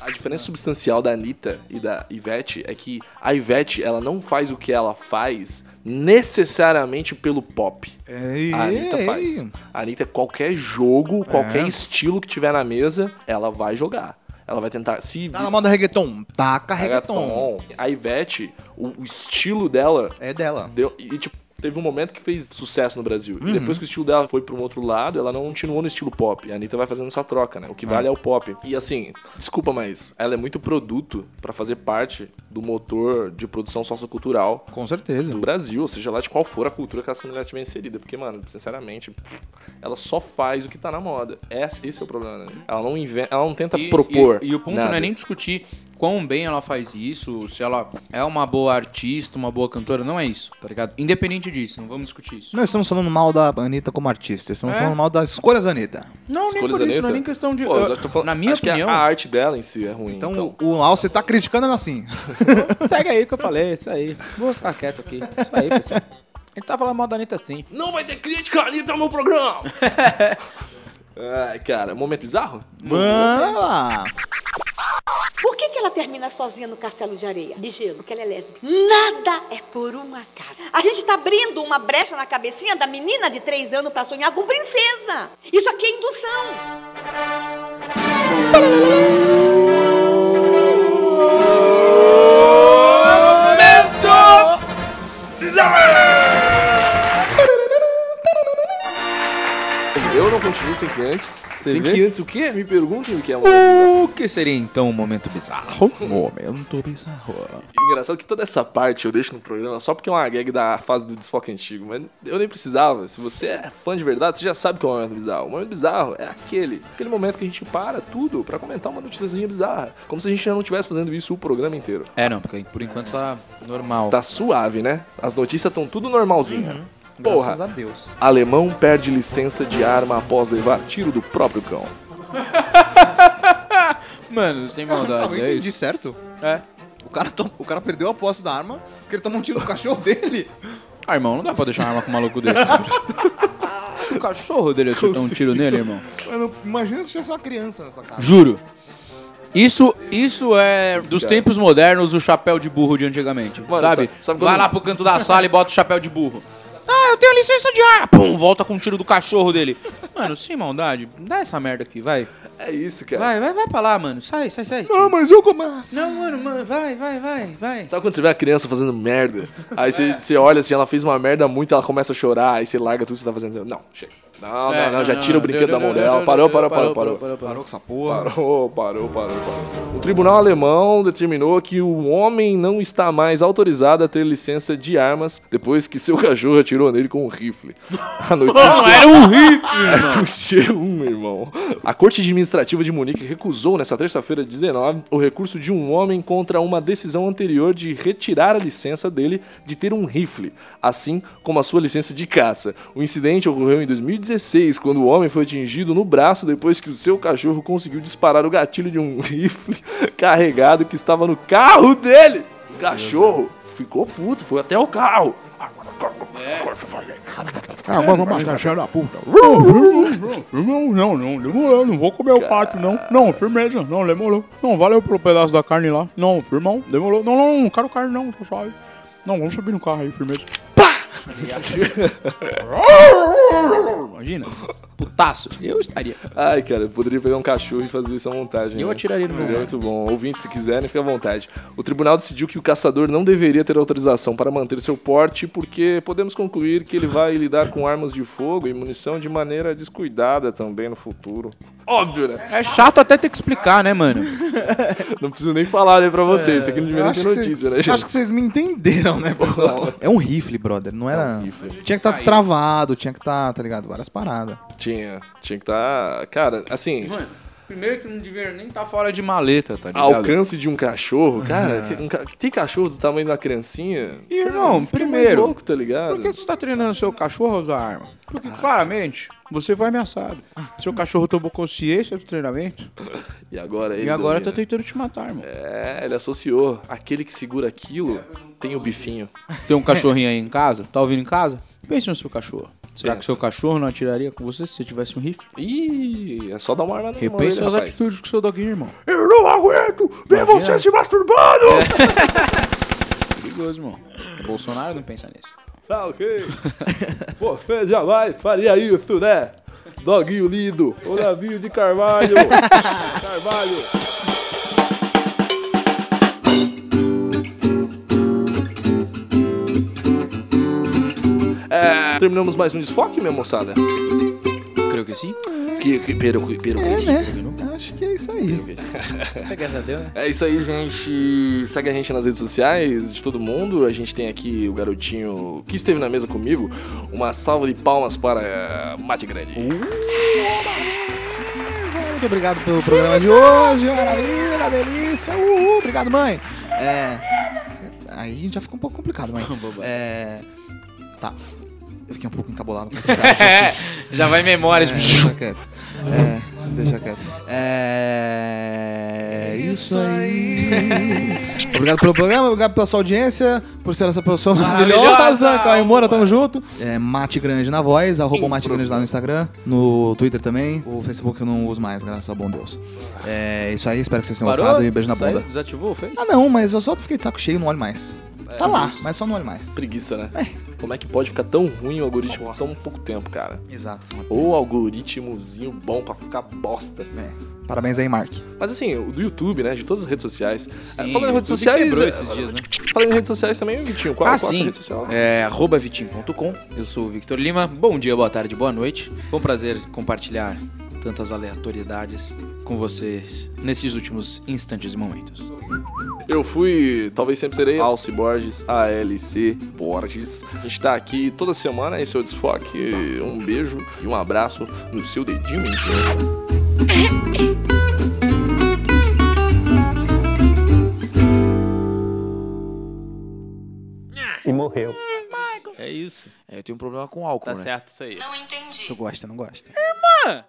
A diferença substancial da Anitta e da Ivete é que a Ivete, ela não faz o que ela faz necessariamente pelo pop.
Ei,
A Anitta faz. A Anitta, qualquer jogo, qualquer estilo que tiver na mesa, ela vai jogar. Ela vai tentar se
Tá na moda reggaeton. Taca reggaeton.
Reggaeton. A Ivete, o, o estilo dela
É dela.
deu. E, tipo, teve um momento que fez sucesso no Brasil.
Uhum.
E depois que o estilo dela foi pra um outro lado, ela não continuou no estilo pop. E a Anitta vai fazendo essa troca, né? O que vale é o pop. E assim, desculpa, mas ela é muito produto pra fazer parte do motor de produção sociocultural
Com certeza.
do Brasil, seja lá de qual for a cultura que essa mulher tiver inserida. Porque, mano, sinceramente, ela só faz o que tá na moda. Esse, esse é o problema, né? Ela não, inventa, ela não tenta
E-
tá propor.
E, e o ponto
nada.
não é nem discutir quão bem ela faz isso, se ela é uma boa artista, uma boa cantora, não é isso, tá ligado? Independente disso, não vamos discutir isso.
Não estamos falando mal da Anitta como artista, estamos falando mal das escolhas da Anitta.
Não, nem
Escolhas
por isso,
da
não é
Anitta?
nem questão de.
Pô,
eu-
eu tô falando-
na minha
acho
opinião.
que a arte dela em si é ruim.
Então,
Então,
o Lau, você tá criticando ela assim.
Segue aí o que eu falei, isso aí. Vou ficar quieto aqui. Isso aí, pessoal. A gente tá falando mal da Anitta sim.
Não vai ter crítica ali no meu programa! Ai, Ah, cara, momento bizarro?
Mano,
Por que, que ela termina sozinha no castelo de areia? De gelo, porque ela é lésbica. Nada é por um acaso. A gente tá abrindo uma brecha na cabecinha da menina de três anos pra sonhar com princesa. Isso aqui é indução.
Eu não continuo sem que antes. sem
vê?
que antes o quê? Me perguntem o que é um
O que seria então um momento bizarro?
momento bizarro.
Engraçado que toda essa parte eu deixo no programa só porque é uma gag da fase do desfoque antigo, mas eu nem precisava. Se você é fã de verdade, você já sabe que é um momento bizarro. O momento bizarro é aquele, aquele momento que a gente para tudo pra comentar uma noticiazinha bizarra. Como se a gente já não estivesse fazendo isso o programa inteiro.
É, não, porque por enquanto tá normal.
Tá suave, né? As notícias estão tudo normalzinha. Porra,
Uhum.
Graças a Deus.
alemão perde licença de arma após levar tiro do próprio cão.
Mano, sem
Tá
Ah,
maldade,
eu
é
entendi,
isso.
certo?
É.
O cara, tom- o cara perdeu a posse da arma porque ele tomou um tiro no cachorro dele.
Ah, irmão, não dá pra deixar uma arma com um maluco desse. cara. Se o cachorro dele acertar um tiro nele, irmão.
Mano, imagina se tivesse uma criança nessa casa.
Juro. Isso, isso é dos tempos modernos o chapéu de burro de antigamente,
Mano,
sabe?
sabe- sabe
Vai
quando-
lá pro canto da sala e bota o chapéu de burro. Ah, eu tenho licença de ar. Pum, volta com o tiro do cachorro dele. Mano, sem maldade, dá essa merda aqui, vai.
É isso, cara. Ah,
Vai, vai, vai pra lá, mano. Sai, sai, sai.
Não, mas eu começo.
Não, mano, mano, vai, vai, vai, vai.
Sabe quando você vê a criança fazendo merda? Aí você, você olha assim, ela fez uma merda muito, ela começa a chorar, aí você larga tudo que você tá fazendo. Não, chega. Não,
É,
não, não, já
não,
tira
não,
o brinquedo
deu,
da mão
deu,
dela.
deu,
Parou,
deu,
parou,
parou,
parou, parou.
parou, parou.
Parou com essa porra.
Parou, parou, parou, parou. O tribunal alemão determinou que o homem não está mais autorizado a ter licença de armas depois que seu cachorro atirou nele com um rifle. A notícia. Não,
é
era um rifle! Era um, irmão. A Corte Administrativa de Munique recusou nessa terça-feira, 19, o recurso de um homem contra uma decisão anterior de retirar a licença dele de ter um rifle, assim como a sua licença de caça. O incidente ocorreu em 2016, quando o homem foi atingido no braço depois que o seu cachorro conseguiu disparar o gatilho de um rifle carregado que estava no carro dele. O cachorro ficou puto, foi até o carro.
Uhum, Não, não, não, demorou, não vou comer o pato, não. Não, firmeza, não, demorou. Não, valeu pelo pedaço da carne lá. Não, firmão, demorou. Não, não, não, não quero carne não, tá suave. Não, vamos subir no carro aí, firmeza.
Imagina. Putaço. Eu estaria.
Ai, cara, eu poderia pegar um cachorro e fazer isso à vontade.
Eu
né?
atiraria no meu
Seria muito bom. Ouvinte, se quiserem, fica à vontade. O tribunal decidiu que o caçador não deveria ter autorização para manter seu porte, porque podemos concluir que ele vai lidar com armas de fogo e munição de maneira descuidada também no futuro. Óbvio, né?
É chato até ter que explicar, né, mano?
Não preciso nem falar né, pra vocês. Isso aqui
É,
não
Eu
deveria ser notícia, né, gente?
acho que vocês me entenderam, né, pessoal? É um rifle, brother. Não era. Tinha que estar destravado, tinha que estar, tá ligado? Várias paradas.
Tinha. Tinha que estar. Cara, assim.
Mano, primeiro que não devia nem estar fora de maleta, tá ligado?
Alcance de um cachorro, cara, que- um ca- tem cachorro do tamanho da criancinha?
E, É. irmão,
Isso que é mais
primeiro,
louco, tá ligado?
Por que você tá treinando seu cachorro a usar arma? Porque claramente você foi ameaçado. Seu cachorro tomou consciência do treinamento
E agora ele.
e agora tá
domina.
tentando te matar, irmão.
É, ele associou. Aquele que segura aquilo tem o bifinho.
Tem um cachorrinho aí em casa? Tá ouvindo em casa? Pense no seu cachorro. Será que seu cachorro não atiraria com você se você tivesse um rifle?
Ih, é só dar uma arma na mão
Repense
dele,
as
rapaz.
atitudes que o seu doguinho, irmão.
Eu não aguento ver você se masturbando!
Perigoso, irmão. Bolsonaro não pensa nisso.
Tá ok. Você jamais faria isso, né? Doguinho lindo, o navio de Carvalho. Carvalho. Terminamos mais um desfoque, minha moçada?
Creio que sim.
Que, que, pero, que, pero,
É, né? Acho que é isso aí.
Graças a Deus, né?
É isso aí, gente. Segue a gente nas redes sociais de todo mundo. A gente tem aqui o garotinho que esteve na mesa comigo. Uma salva de palmas para eh, Mate Grande.
Uhum.
Muito obrigado pelo programa de hoje. Maravilha, delícia. Uhul. Obrigado, mãe. É. Aí já fica um pouco complicado, mãe. É. Tá. Eu fiquei um pouco encabulado com essa cara.
Já vai memórias.
É, deixa quieto. É, deixa quieto. É. Isso aí. Obrigado pelo programa, obrigado pela sua audiência, por ser essa pessoa maravilhosa. Caio Moura, tamo junto. É Mate Grande na voz, arroba o Mate Grande lá no Instagram, no Twitter também. O Facebook eu não uso mais, graças ao bom Deus. É isso aí, espero que vocês tenham gostado e beijo na
Saiu?
bunda.
Desativou? Fez?
Ah, não, mas eu só fiquei de saco cheio, não olho mais.
É,
Tá lá, mas só não olho mais.
Preguiça, né? Como é que pode ficar tão ruim o algoritmo há tão pouco tempo, cara?
Exato.
Ou algoritmozinho bom pra ficar bosta.
É.
Parabéns aí, Mark.
Mas assim, o do YouTube, né? De todas as redes sociais.
Sim,
falando em
o
redes
YouTube
sociais.
quebrou
é,
esses dias, né?
Falando em redes sociais também, Vitinho, qual,
ah,
qual a sua
sim.
rede social?
É, arroba vitim.com. Eu sou o Victor Lima. Bom dia, boa tarde, boa noite. Foi um prazer compartilhar tantas aleatoriedades com vocês nesses últimos instantes e momentos.
Eu fui, talvez sempre serei, Alci Borges, ALC Borges. A gente tá aqui toda semana, esse é o Desfoque. Um beijo e um abraço no seu dedinho. mentira.
E morreu.
É isso. É, eu tenho um problema com álcool,
Tá
né?
certo isso aí. Não entendi.
Tu gosta, não gosta?
É,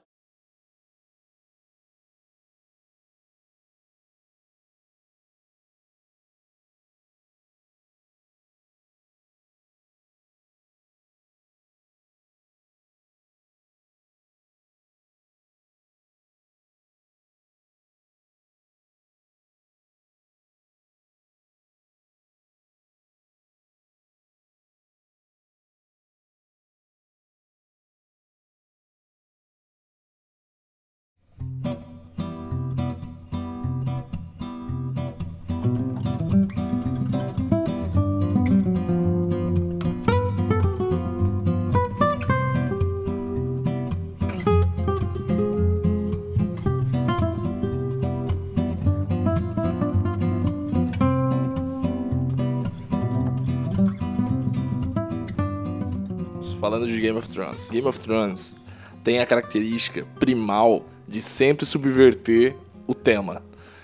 Falando de Game of Thrones. Game of Thrones tem a característica primal de sempre subverter o tema.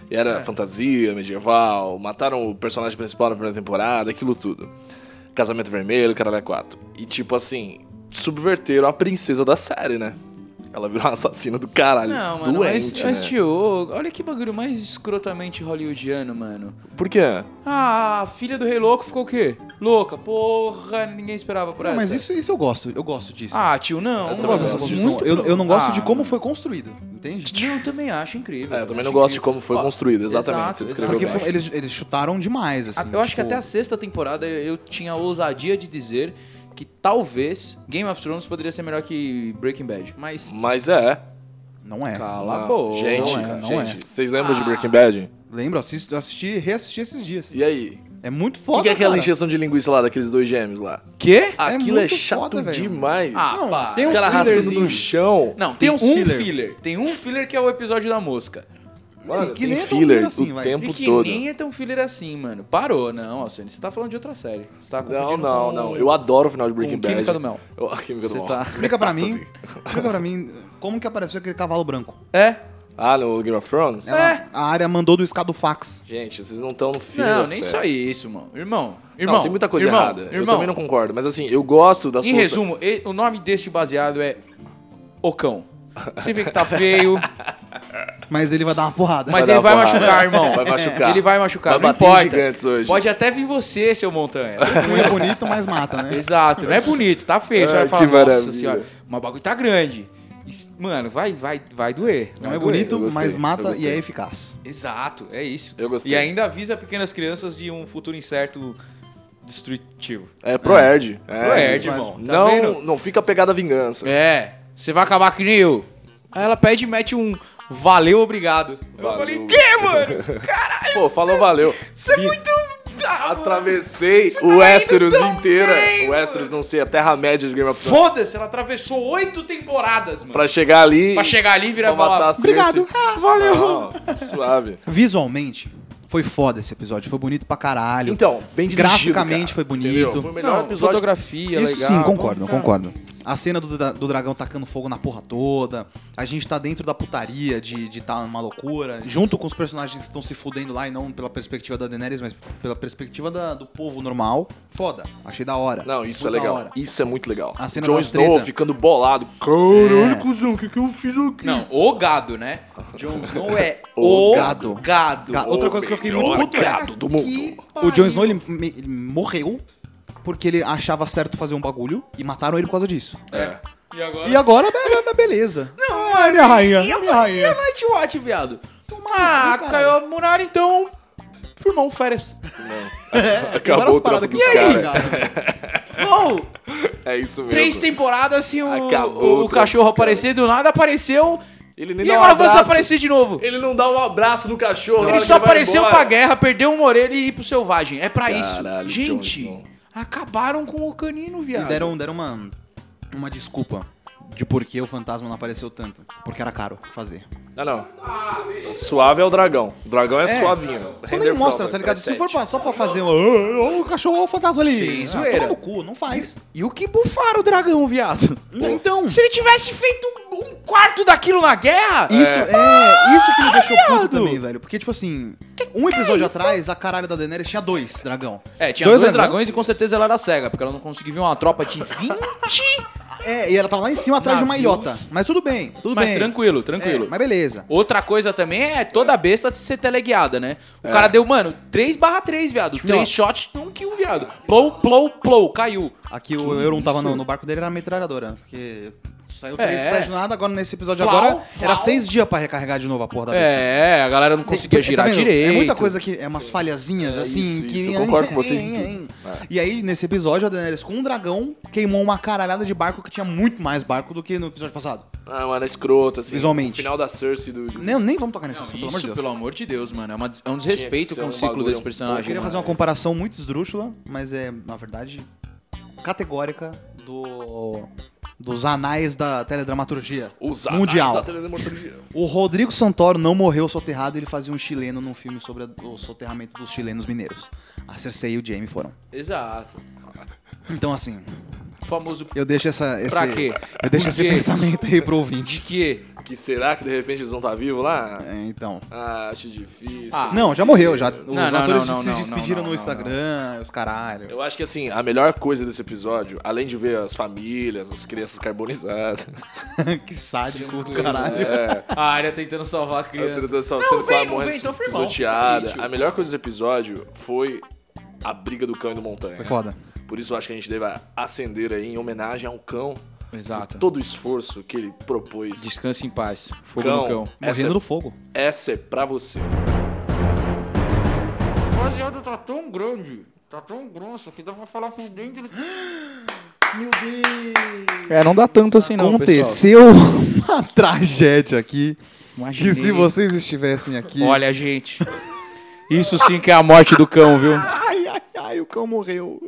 E
É.
era fantasia, medieval, mataram o personagem principal na primeira temporada, aquilo tudo. Casamento Vermelho, Caralho 4. E tipo assim, subverteram a princesa da série, né? Ela virou uma assassina do caralho.
Não, mano,
doente,
mas,
né?
mas tipo, tio, olha que bagulho mais escrotamente hollywoodiano, mano.
Por quê?
Ah, a filha do rei louco ficou o quê? Louca, porra, ninguém esperava por
Não,
essa.
Ah, mas isso, isso eu gosto, eu gosto disso.
Ah, tio, não.
é. Eu
não
também
gosto dessa
gosto
posição.
Muito- eu, eu não gosto
Ah,
de como foi construído, entende?
Não, eu também acho incrível.
É, eu também
acho
não gosto de
incrível.
como foi
Ó,
construído, exatamente.
exato,
você descreveu
Porque
bem.
foi- eles, eles chutaram demais, assim.
eu acho que
tipo,
até a sexta temporada eu eu tinha a ousadia de dizer que talvez Game of Thrones poderia ser melhor que Breaking Bad. Mas
Mas é.
Não é.
cala
Ah,
a boca.
Gente,
não é,
cara,
não
gente,
é.
vocês lembram
Ah.
de Breaking Bad?
Lembro, eu assisti, eu assisti, reassisti esses dias.
E aí?
É muito
O
foda,
que, que é aquela
cara.
injeção de linguiça lá daqueles dois gêmeos lá?
Quê?
Aquilo é,
muito
chato
foda, velho.
demais.
Ah,
Não,
pá.
tem um
Os
uns
caras arrastando
fillerzinho.
no chão.
Não,
Tem
tem,
uns
um
filler.
filler. Tem um filler que é o episódio da mosca.
Mano,
que
que
nem
tem
é tão
filler
filler assim,
o
vai.
tempo
e que
todo.
nem é tão filler assim, mano. Parou, não, Alcione. Você tá falando de outra série. Você tá
Não,
confundindo
não,
com...
não. Eu adoro o final de Breaking
com
Bad.
um Química do Mel.
Eu- a Química do
Você
Mel.
tá-
Explica pra
assim.
mim, explica pra mim, como que apareceu aquele cavalo branco?
É?
Ah, no Game of Thrones?
Ela- A área mandou do escado fax.
Gente, vocês não estão no fim
Não,
da
nem
série.
só isso, irmão. Irmão,
é Não,
irmão.
tem muita coisa
irmão,
errada. Eu
Irmão,
também não concordo. Mas assim, eu gosto da
Em
solução-
resumo, e- o nome deste baseado é Ocão. Você vê que tá feio,
Mas ele vai dar uma porrada.
mas
dar
ele
uma
vai
porrada.
machucar, irmão.
Vai machucar.
Ele vai machucar,
Vai
não
bater em
importa.
gigantes hoje.
Pode até vir você, seu montanha.
Não é bonito, mas mata, né?
Exato, não é bonito, tá feio. Você
Ai,
vai falar,
que
nossa
maravilha."
senhora, mas o bagulho tá grande. Isso- Mano, vai, vai, vai doer.
Não
vai
é
doer.
bonito,
eu gostei,
mas
eu
mata
gostei.
e é eficaz.
Exato, é isso.
Eu gostei.
E ainda avisa pequenas crianças de um futuro incerto destrutivo.
É pro Erd. É,
Pro Erd, Hum. irmão. Tá
não,
vendo?
não fica pegada à vingança.
É, você vai acabar que nem eu. Aí ela pede e mete um valeu, obrigado.
Valeu.
Eu falei, que, mano?
Pô, falou, valeu.
Você é muito
Atravessei
tá
o Westeros inteira. O Westeros, não sei, a Terra-média de Game of Thrones.
Foda-se, ela atravessou oito temporadas, mano.
Pra chegar ali.
Pra chegar ali e virar e
pra matar
falar.
a Cersei.
Ah, valeu.
Não, suave.
Visualmente, foi foda esse episódio. Foi bonito pra caralho.
Então, bem dirigido,
Graficamente
cara.
foi bonito.
Entendeu? Foi o melhor episódio.
Fotografia,
Isso
legal.
sim, concordo,
Pô,
concordo. A cena do, dra- do dragão tacando fogo na porra toda. A gente tá dentro da putaria de estar de tá numa loucura. Junto com os personagens que estão se fudendo lá, e não pela perspectiva da Daenerys, mas pela perspectiva da- do povo normal. Foda. Achei da hora.
Não, isso
Foi
é
da
legal.
hora.
Isso é muito legal.
A cena
Jon
das
Snow
treta.
ficando bolado. Caralho,
É.
cuzão, o que, que eu fiz aqui?
Não, o gado, né? Jon Snow é o
gado.
gado.
Ga- Outra coisa que eu fiquei muito puto é
gado do ah, mundo.
O Jon Snow, ele, me- ele morreu porque ele achava certo fazer um bagulho e mataram ele por causa disso.
É.
E agora?
E agora, be- be- beleza.
Não,
é minha rainha, é minha
E a
rainha.
Nightwatch, viado? Ah, caiu a muralha, então... Firmou um férias.
Acabou o trampo
paradas que
dos
E aí,
caras.
gado? Uou,
É isso mesmo.
três temporadas assim, o,
Acabou
o- o
o trampo
cachorro
dos caras.
aparecer do nada, apareceu...
Ele nem
E
dá
agora
um
vamos
abraço.
aparecer de novo.
Ele não dá um abraço no cachorro. na
Ele
hora
só
que vai
apareceu
embora.
pra guerra, perdeu uma orelha e ir pro selvagem. É pra
Caralho,
isso. Gente,
Jon Snow.
acabaram com o canino,
E
viado.
deram, deram uma, uma desculpa de por que o fantasma não apareceu tanto. Porque era caro fazer.
Não, não. Suave é o dragão. O dragão é,
É.
suavinho.
Quando ele mostra, tá ligado? Se for pra- só pra fazer um, "Ah, ah, o cachorro é o fantasma ali.
Sim,
ah,
zoeira.
toma no cu, não faz.
E o que bufaram o dragão, viado?
Então,
Se ele tivesse feito um quarto daquilo na guerra...
Isso é, isso que me deixou puto
viado!
também, velho. Porque, tipo assim, um episódio atrás, a caralho da Daenerys tinha dois dragão.
É, tinha dois,
dragão.
dragões e com certeza ela era cega, porque ela não conseguiu ver uma tropa de 20.
É, e ela tava lá em cima atrás de uma
Navios.
ilhota. Mas tudo bem, tudo
Mas
bem.
tranquilo, tranquilo.
É, mas beleza.
Outra coisa também é toda besta ser teleguiada, né? O cara
É.
deu, mano, 3 barra 3, viado.
Então,
3 shots num kill, viado. Plou, plou, plou, caiu.
Aqui o Euron tava no, no barco dele, era a metralhadora. Porque saiu três
É.
flash do nada, agora nesse episódio
Flau,
agora, era
flau.
seis dias pra recarregar de novo a porra da besta.
É, a galera não conseguia
Tá
girar
vendo?
direito.
É muita coisa que. É umas falhazinhas, assim.
isso,
que...
isso, eu concordo com vocês em
E aí, nesse episódio, a Daenerys com um dragão queimou uma caralhada de barco que tinha muito mais barco do que no episódio passado.
Ah, mano, é escroto, assim.
Visualmente. Né?
O final da Cersei do... do-
Nem, nem vamos tocar nesse
Não,
assunto, pelo amor de
isso,
Deus.
pelo amor de Deus, mano. É, uma des- é um
Tinha que
desrespeito
ser
com
um
o ciclo
bagulho
desse
um
Eu
personagem.
queria
mano.
fazer uma comparação muito esdrúxula, mas é, na verdade, categórica do, dos anais da teledramaturgia
Os anais da
mundial.
teledramaturgia.
O Rodrigo Santoro não morreu soterrado, ele fazia um chileno num filme sobre a- o soterramento dos chilenos mineiros. A Cersei e o Jamie foram.
Exato.
Então, assim,
O famoso
eu deixo essa. Esse,
Pra quê?
Eu deixo
Por
esse
quê?
pensamento aí pro
de
ouvinte.
que.
Que será que de repente eles vão estar vivos lá?
É, então.
Ah, acho difícil.
Ah,
Não, já morreu, já. Os
não,
atores
não,
se
não,
despediram
não,
no
não,
Instagram, os caralho.
Eu acho que assim, a melhor coisa desse episódio, além de ver as famílias, as crianças carbonizadas,
que sádico do caralho.
é,
A área tentando salvar a
a
criança.
transação sendo
vem,
quase
não
morrendo
vem, então foi mal.
pisoteada.
Tá aí, tio.
A melhor coisa desse episódio foi a briga do cão e do montanha.
Foi foda.
Por isso eu acho que a gente deve acender aí em homenagem a um cão.
Exato.
Todo o esforço que ele propôs.
Descanse em paz. Fogo
Cão.
no cão.
Essa é-
Morrendo no fogo.
Essa é pra você.
O baseado tá tão grande, tá tão grosso que dá pra falar com o dente.
Meu Deus!
É, não dá tanto assim não, pessoal.
Aconteceu uma tragédia aqui.
Imaginei.
Que se vocês estivessem aqui.
Olha, gente. Isso sim que é a morte do cão, viu?
Ai, ai, ai, o cão morreu.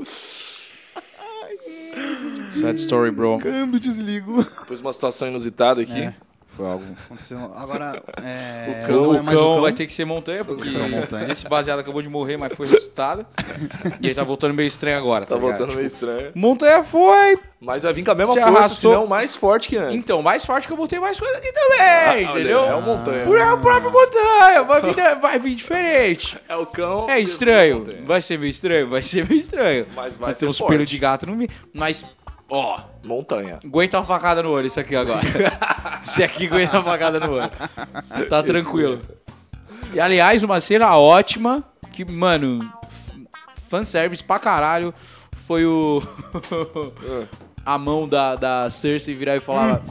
Sad story, bro.
Câmbio, desligo.
Pôs uma situação inusitada
É,
aqui. tá
Foi algo. Aconteceu. Agora. É...
O cão,
não é
o
mais
cão vai ter que ser montanha, porque
é
montanha.
esse baseado acabou de morrer, mas foi ressuscitado. e ele tá voltando meio estranho agora, tá,
Tá
ligado?
voltando meio
Tipo,
estranho.
Montanha foi!
Mas vai vir com a mesma
se
força,
arrastou.
se não mais forte que antes.
Então, mais forte que eu botei mais coisa aqui também,
Ah, olha,
entendeu?
É o montanha.
Por é o próprio montanha, vai vir, vai vir diferente.
É o cão.
É estranho, vai ser meio estranho, vai ser meio estranho.
Mas vai ser
ter uns
forte.
pelos de gato no meio. Mas, ó,
Montanha.
aguenta uma facada no olho isso aqui agora. isso aqui aguenta uma facada no olho. Tá tranquilo. E aliás, uma cena ótima que, mano, f- fanservice pra caralho foi o. A mão da, da Cersei virar e falar: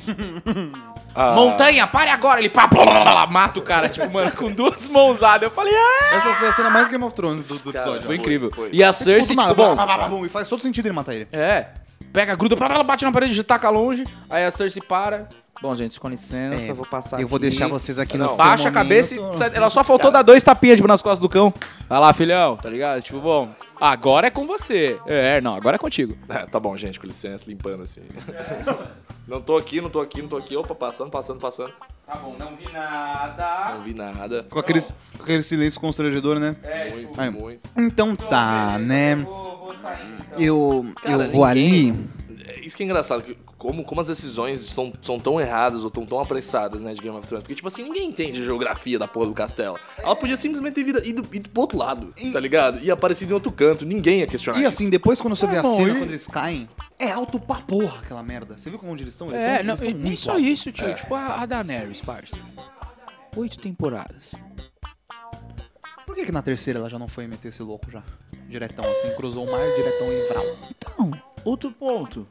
Ah,
Montanha, pare agora! Ele pá, blá, blá, blá, blá, mata o cara, tipo, mano, com duas mãozadas. Eu falei: Ah!
Essa foi a cena mais Game of Thrones do, do episódio.
Foi incrível.
foi.
E a Cersei,
Tipo,
tipo,
bom.
bom,
E faz todo sentido tá ele matar ele.
é. Pega, gruda, blá, blá, blá, bate na parede, já taca longe. Aí a Cersei para. Bom, gente, com licença,
É,
vou passar
Eu vou
aqui.
deixar vocês aqui no
Não,
seu
Baixa a
momento.
cabeça e sai- ela só faltou dar dois tapinhas tipo, nas costas do cão. Vai lá, filhão, tá ligado? Tipo, bom, agora é com você. É, não, agora é contigo.
tá bom, gente, com licença, limpando assim. Não tô aqui, não tô aqui, não tô aqui. Opa, passando, passando, passando.
Tá bom, não vi nada.
Não vi nada.
Com aquele, com aquele silêncio constrangedor, né?
É, muito,
Aí,
muito.
Então tá, né? então. Eu,
Cara,
eu vou
ninguém-
ali.
É, Isso que é engraçado, que como, como as decisões são, são tão erradas ou tão, tão apressadas, né, de Game of Thrones. Porque, tipo assim, ninguém entende a geografia da porra do castelo. Ela podia simplesmente ter vira- ido, ido pro outro lado, tá ligado? E aparecido em outro canto, ninguém ia questionar.
E assim, depois quando você vê a
Irmão,
cena,
e-
quando eles caem, é alto pra porra aquela merda. Você viu como onde eles estão? Eles
É,
tão-
não,
eles tão
e, e
muito
só
alto.
isso, tio.
É.
Tipo, a, a Daenerys, parça. Oito temporadas.
Por que, que na terceira ela já não foi meter esse louco já? Diretão assim, cruzou o mar, diretão e vral.
Outro ponto.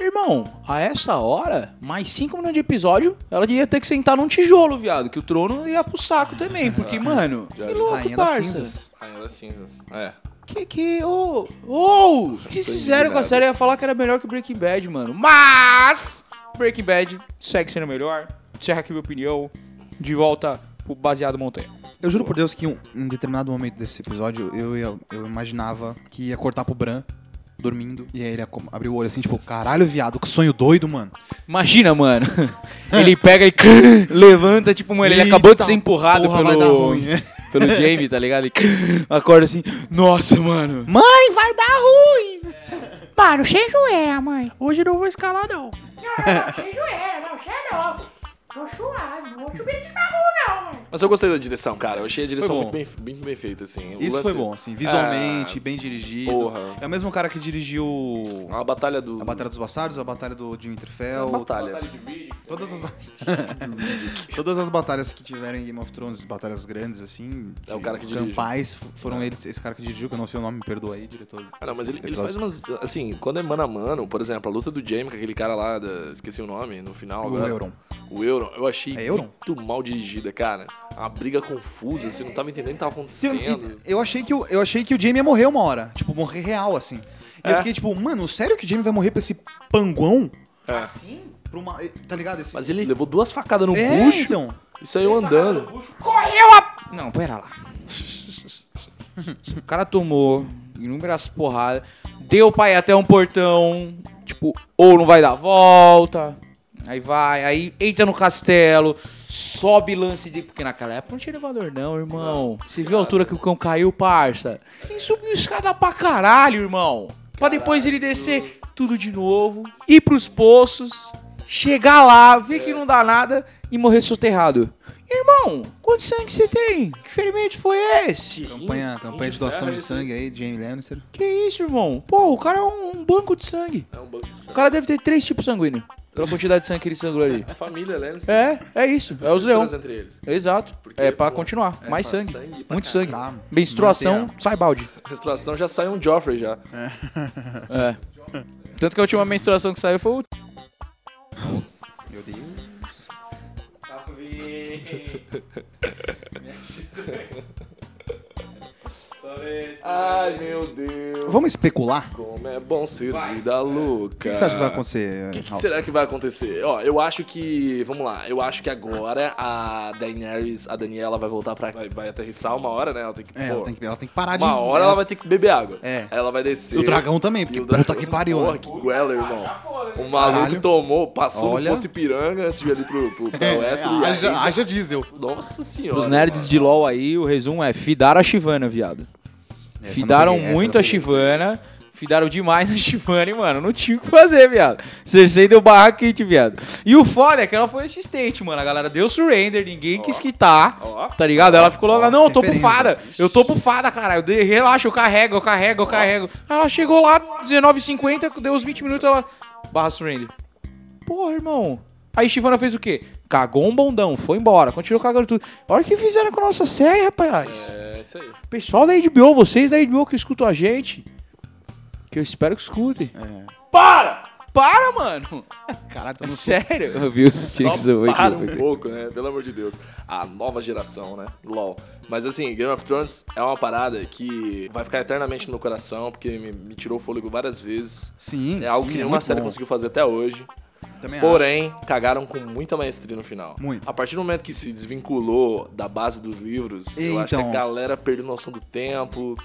Irmão, a essa hora, mais cinco minutos de episódio, ela ia ter que sentar num tijolo, viado, que o trono ia pro saco
Uhum.
também, porque, mano, que louco,
Rainha das
parça.
cinzas. Rainha das cinzas, é.
Que que, ô, ô, o que vocês fizeram com a
indignado.
série? Eu ia falar que era melhor que Breaking Bad, mano. Mas, Breaking Bad segue sendo melhor, encerra aqui minha opinião, de volta pro Baseado Montanha.
Eu juro por Deus que um- em determinado momento desse episódio, eu, ia- eu imaginava que ia cortar pro Bran, dormindo, e aí ele ia co- abrir o olho assim, tipo, caralho, viado, que sonho doido, mano.
Imagina, mano. ele pega e levanta, tipo, mano, ele
Eita,
acabou de ser empurrado
porra, vai dar
pelo,
ruim, né?
pelo Jamie, tá ligado? Ele acorda assim, nossa, mano.
Mãe, vai dar ruim! Mano, sem joelha, mãe. Hoje não vou escalar, não.
Sem joelho, não, sem não. Tô suave, não vou subir de barro, não, mano.
Mas eu gostei da direção, cara. Eu achei a direção
bom.
muito bem, bem, bem feita, assim. O
Isso
lance-
foi bom, assim, visualmente,
Ah,
bem dirigido.
porra.
É o mesmo cara que dirigiu
É, A batalha do...
a Batalha dos Bastardos, a Batalha do de Winterfell.
A batalha.
Todas as, ba- Todas as batalhas que tiverem em Game of Thrones, batalhas grandes, assim.
É o cara que dirige.
Campais, f- foram eles, esse cara que dirigiu, que eu não sei o nome, me perdoa aí, diretor.
Ah, não, mas ele, ele faz
Episódio.
umas. Assim, quando é mano a mano, por exemplo, a luta do Jamie com aquele cara lá, da- esqueci o nome, no final.
O
agora.
Euron.
O Euron, eu achei
É Euron?
muito mal dirigida, cara. A briga confusa, você não tava entendendo o que tava
Tem- um- e-
acontecendo.
Eu achei que o- eu achei que o Jamie ia morrer uma hora. Tipo, morrer real, assim. E eu
É.
fiquei tipo, mano, sério que o Jamie vai morrer pra esse panguão?
É.
Pra uma, tá ligado? Esse...
Mas ele levou duas facadas no
É,
bucho.
então.
Isso aí eu andando.
Correu a... Não, pera lá. O cara tomou inúmeras porradas, deu pra ir até um portão, tipo, ou não vai dar volta, aí vai, aí entra no castelo, sobe lance de... Porque naquela época não tinha elevador não, irmão. Você viu a altura que o cão caiu, parça? Ele subiu escada pra caralho, irmão. Pra depois ele descer tudo de novo, ir pros poços, chegar lá, ver que não dá nada e morrer soterrado. Irmão, quanto sangue você tem? Que ferimento foi esse?
Campanha, campanha de doação
é
de sangue aí, Jamie Lannister.
Que isso, irmão? Pô, o cara é um, um banco de sangue.
É um banco de
O
sangue.
cara deve ter três tipos sanguíneos. Pela quantidade de sangue que ele sangrou ali.
A família, né, Lannister.
É, é isso. É os leões.
Entre eles.
Exato. é pra continuar. Mais
essa
sangue.
sangue pra
Muito sangue.
caralho.
Menstruação,
Manter
sai balde.
A situação já saiu um Joffrey já.
É. Tanto que a última menstruação que saiu foi o.
Meu Deus.
Ai, meu Deus.
Vamos especular?
Como é bom ser vida louca.
O que você acha que vai acontecer,
O que, que
House?
será que vai acontecer? Ó, eu acho que. Vamos lá, eu acho que agora a Daenerys, a Daniela vai voltar pra. Vai, vai aterrissar uma hora, né? Ela tem que.
É,
pô,
ela tem, que, ela tem que parar de.
uma hora ela vai ter que beber água.
É.
Ela vai descer.
E o dragão também, porque
E o dragão-
puta que pariu,
Porra,
né?
que guela, irmão. O maluco
Caralho.
tomou, passou
Olha. É, ah,
no Poço Ipiranga, antes de ir ali pro, pro, pra Oeste. e aí-
haja, haja diesel.
Nossa senhora.
Os nerds de LOL aí, o resumo é: fidaram a Chivana, viado.
Essa eu
Fidaram
não peguei,
muito a
essa eu não
Chivana. Fidaram demais a Chivana, e, mano, não tinha o que fazer, viado. Cersei deu barra kit, viado. E o foda é que ela foi assistente, mano. A galera deu surrender, ninguém quis quitar. Tá ligado? Ela ficou logo, não, eu tô bufada. Eu tô bufada, caralho. De- Relaxa, eu carrego, eu carrego, eu carrego. Ela chegou lá, 19h50, deu uns 20 minutos, ela. Barra surrender. Porra, irmão. Aí Chivana fez o quê? Cagou um bondão, foi embora, continuou cagando tudo. Olha o que fizeram com a nossa série, rapaz.
É, isso aí.
Pessoal da HBO, vocês da HBO que escutam a gente. Que eu espero que escutem. Para! É. Para, mano!
Caralho,
É sério? Eu vi os tics
Só
do
para um pouco, né? Pelo amor de Deus. A nova geração, né? LOL. Mas assim, Game of Thrones é uma parada que vai ficar eternamente no meu coração, porque me, me tirou o fôlego várias vezes.
Sim,
É algo
sim,
que
é
nenhuma
muito
série
bom.
conseguiu fazer até hoje.
Também
Porém, cagaram com muita maestria no final.
Muito.
A partir do momento que se desvinculou da base dos livros, eu acho que a
Então.
galera perdeu noção do tempo.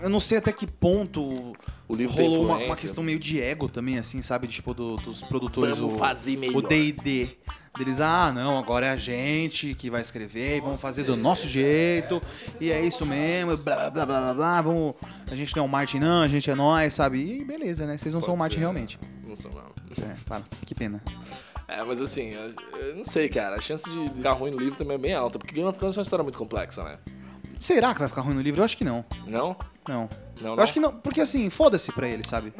Eu não sei até que ponto
O livro tem
rolou uma,
influência.
uma questão meio de ego também, assim, sabe? Tipo, do- dos produtores.
Vamos
o,
fazer melhor.
O D&D. Deles, ah, não, agora é a gente que vai escrever, vamos fazer do
é.
nosso jeito, e é isso mesmo, blá, blá, blá, blá, blá, blá, vamos... A gente não é o Martin, não, a gente é nós, sabe? E beleza, né? Vocês não
Pode
são o Martin
ser, né?
realmente.
Não são, não.
É, para. Que pena.
É, mas assim, eu, eu não sei, cara. A chance de dar ruim no livro também é bem alta, porque Game of Thrones é uma história muito complexa, né?
Será que vai ficar ruim no livro? Eu acho que não.
Não?
Não.
Não,
Eu
não?
acho que não, porque assim, foda-se pra ele, sabe?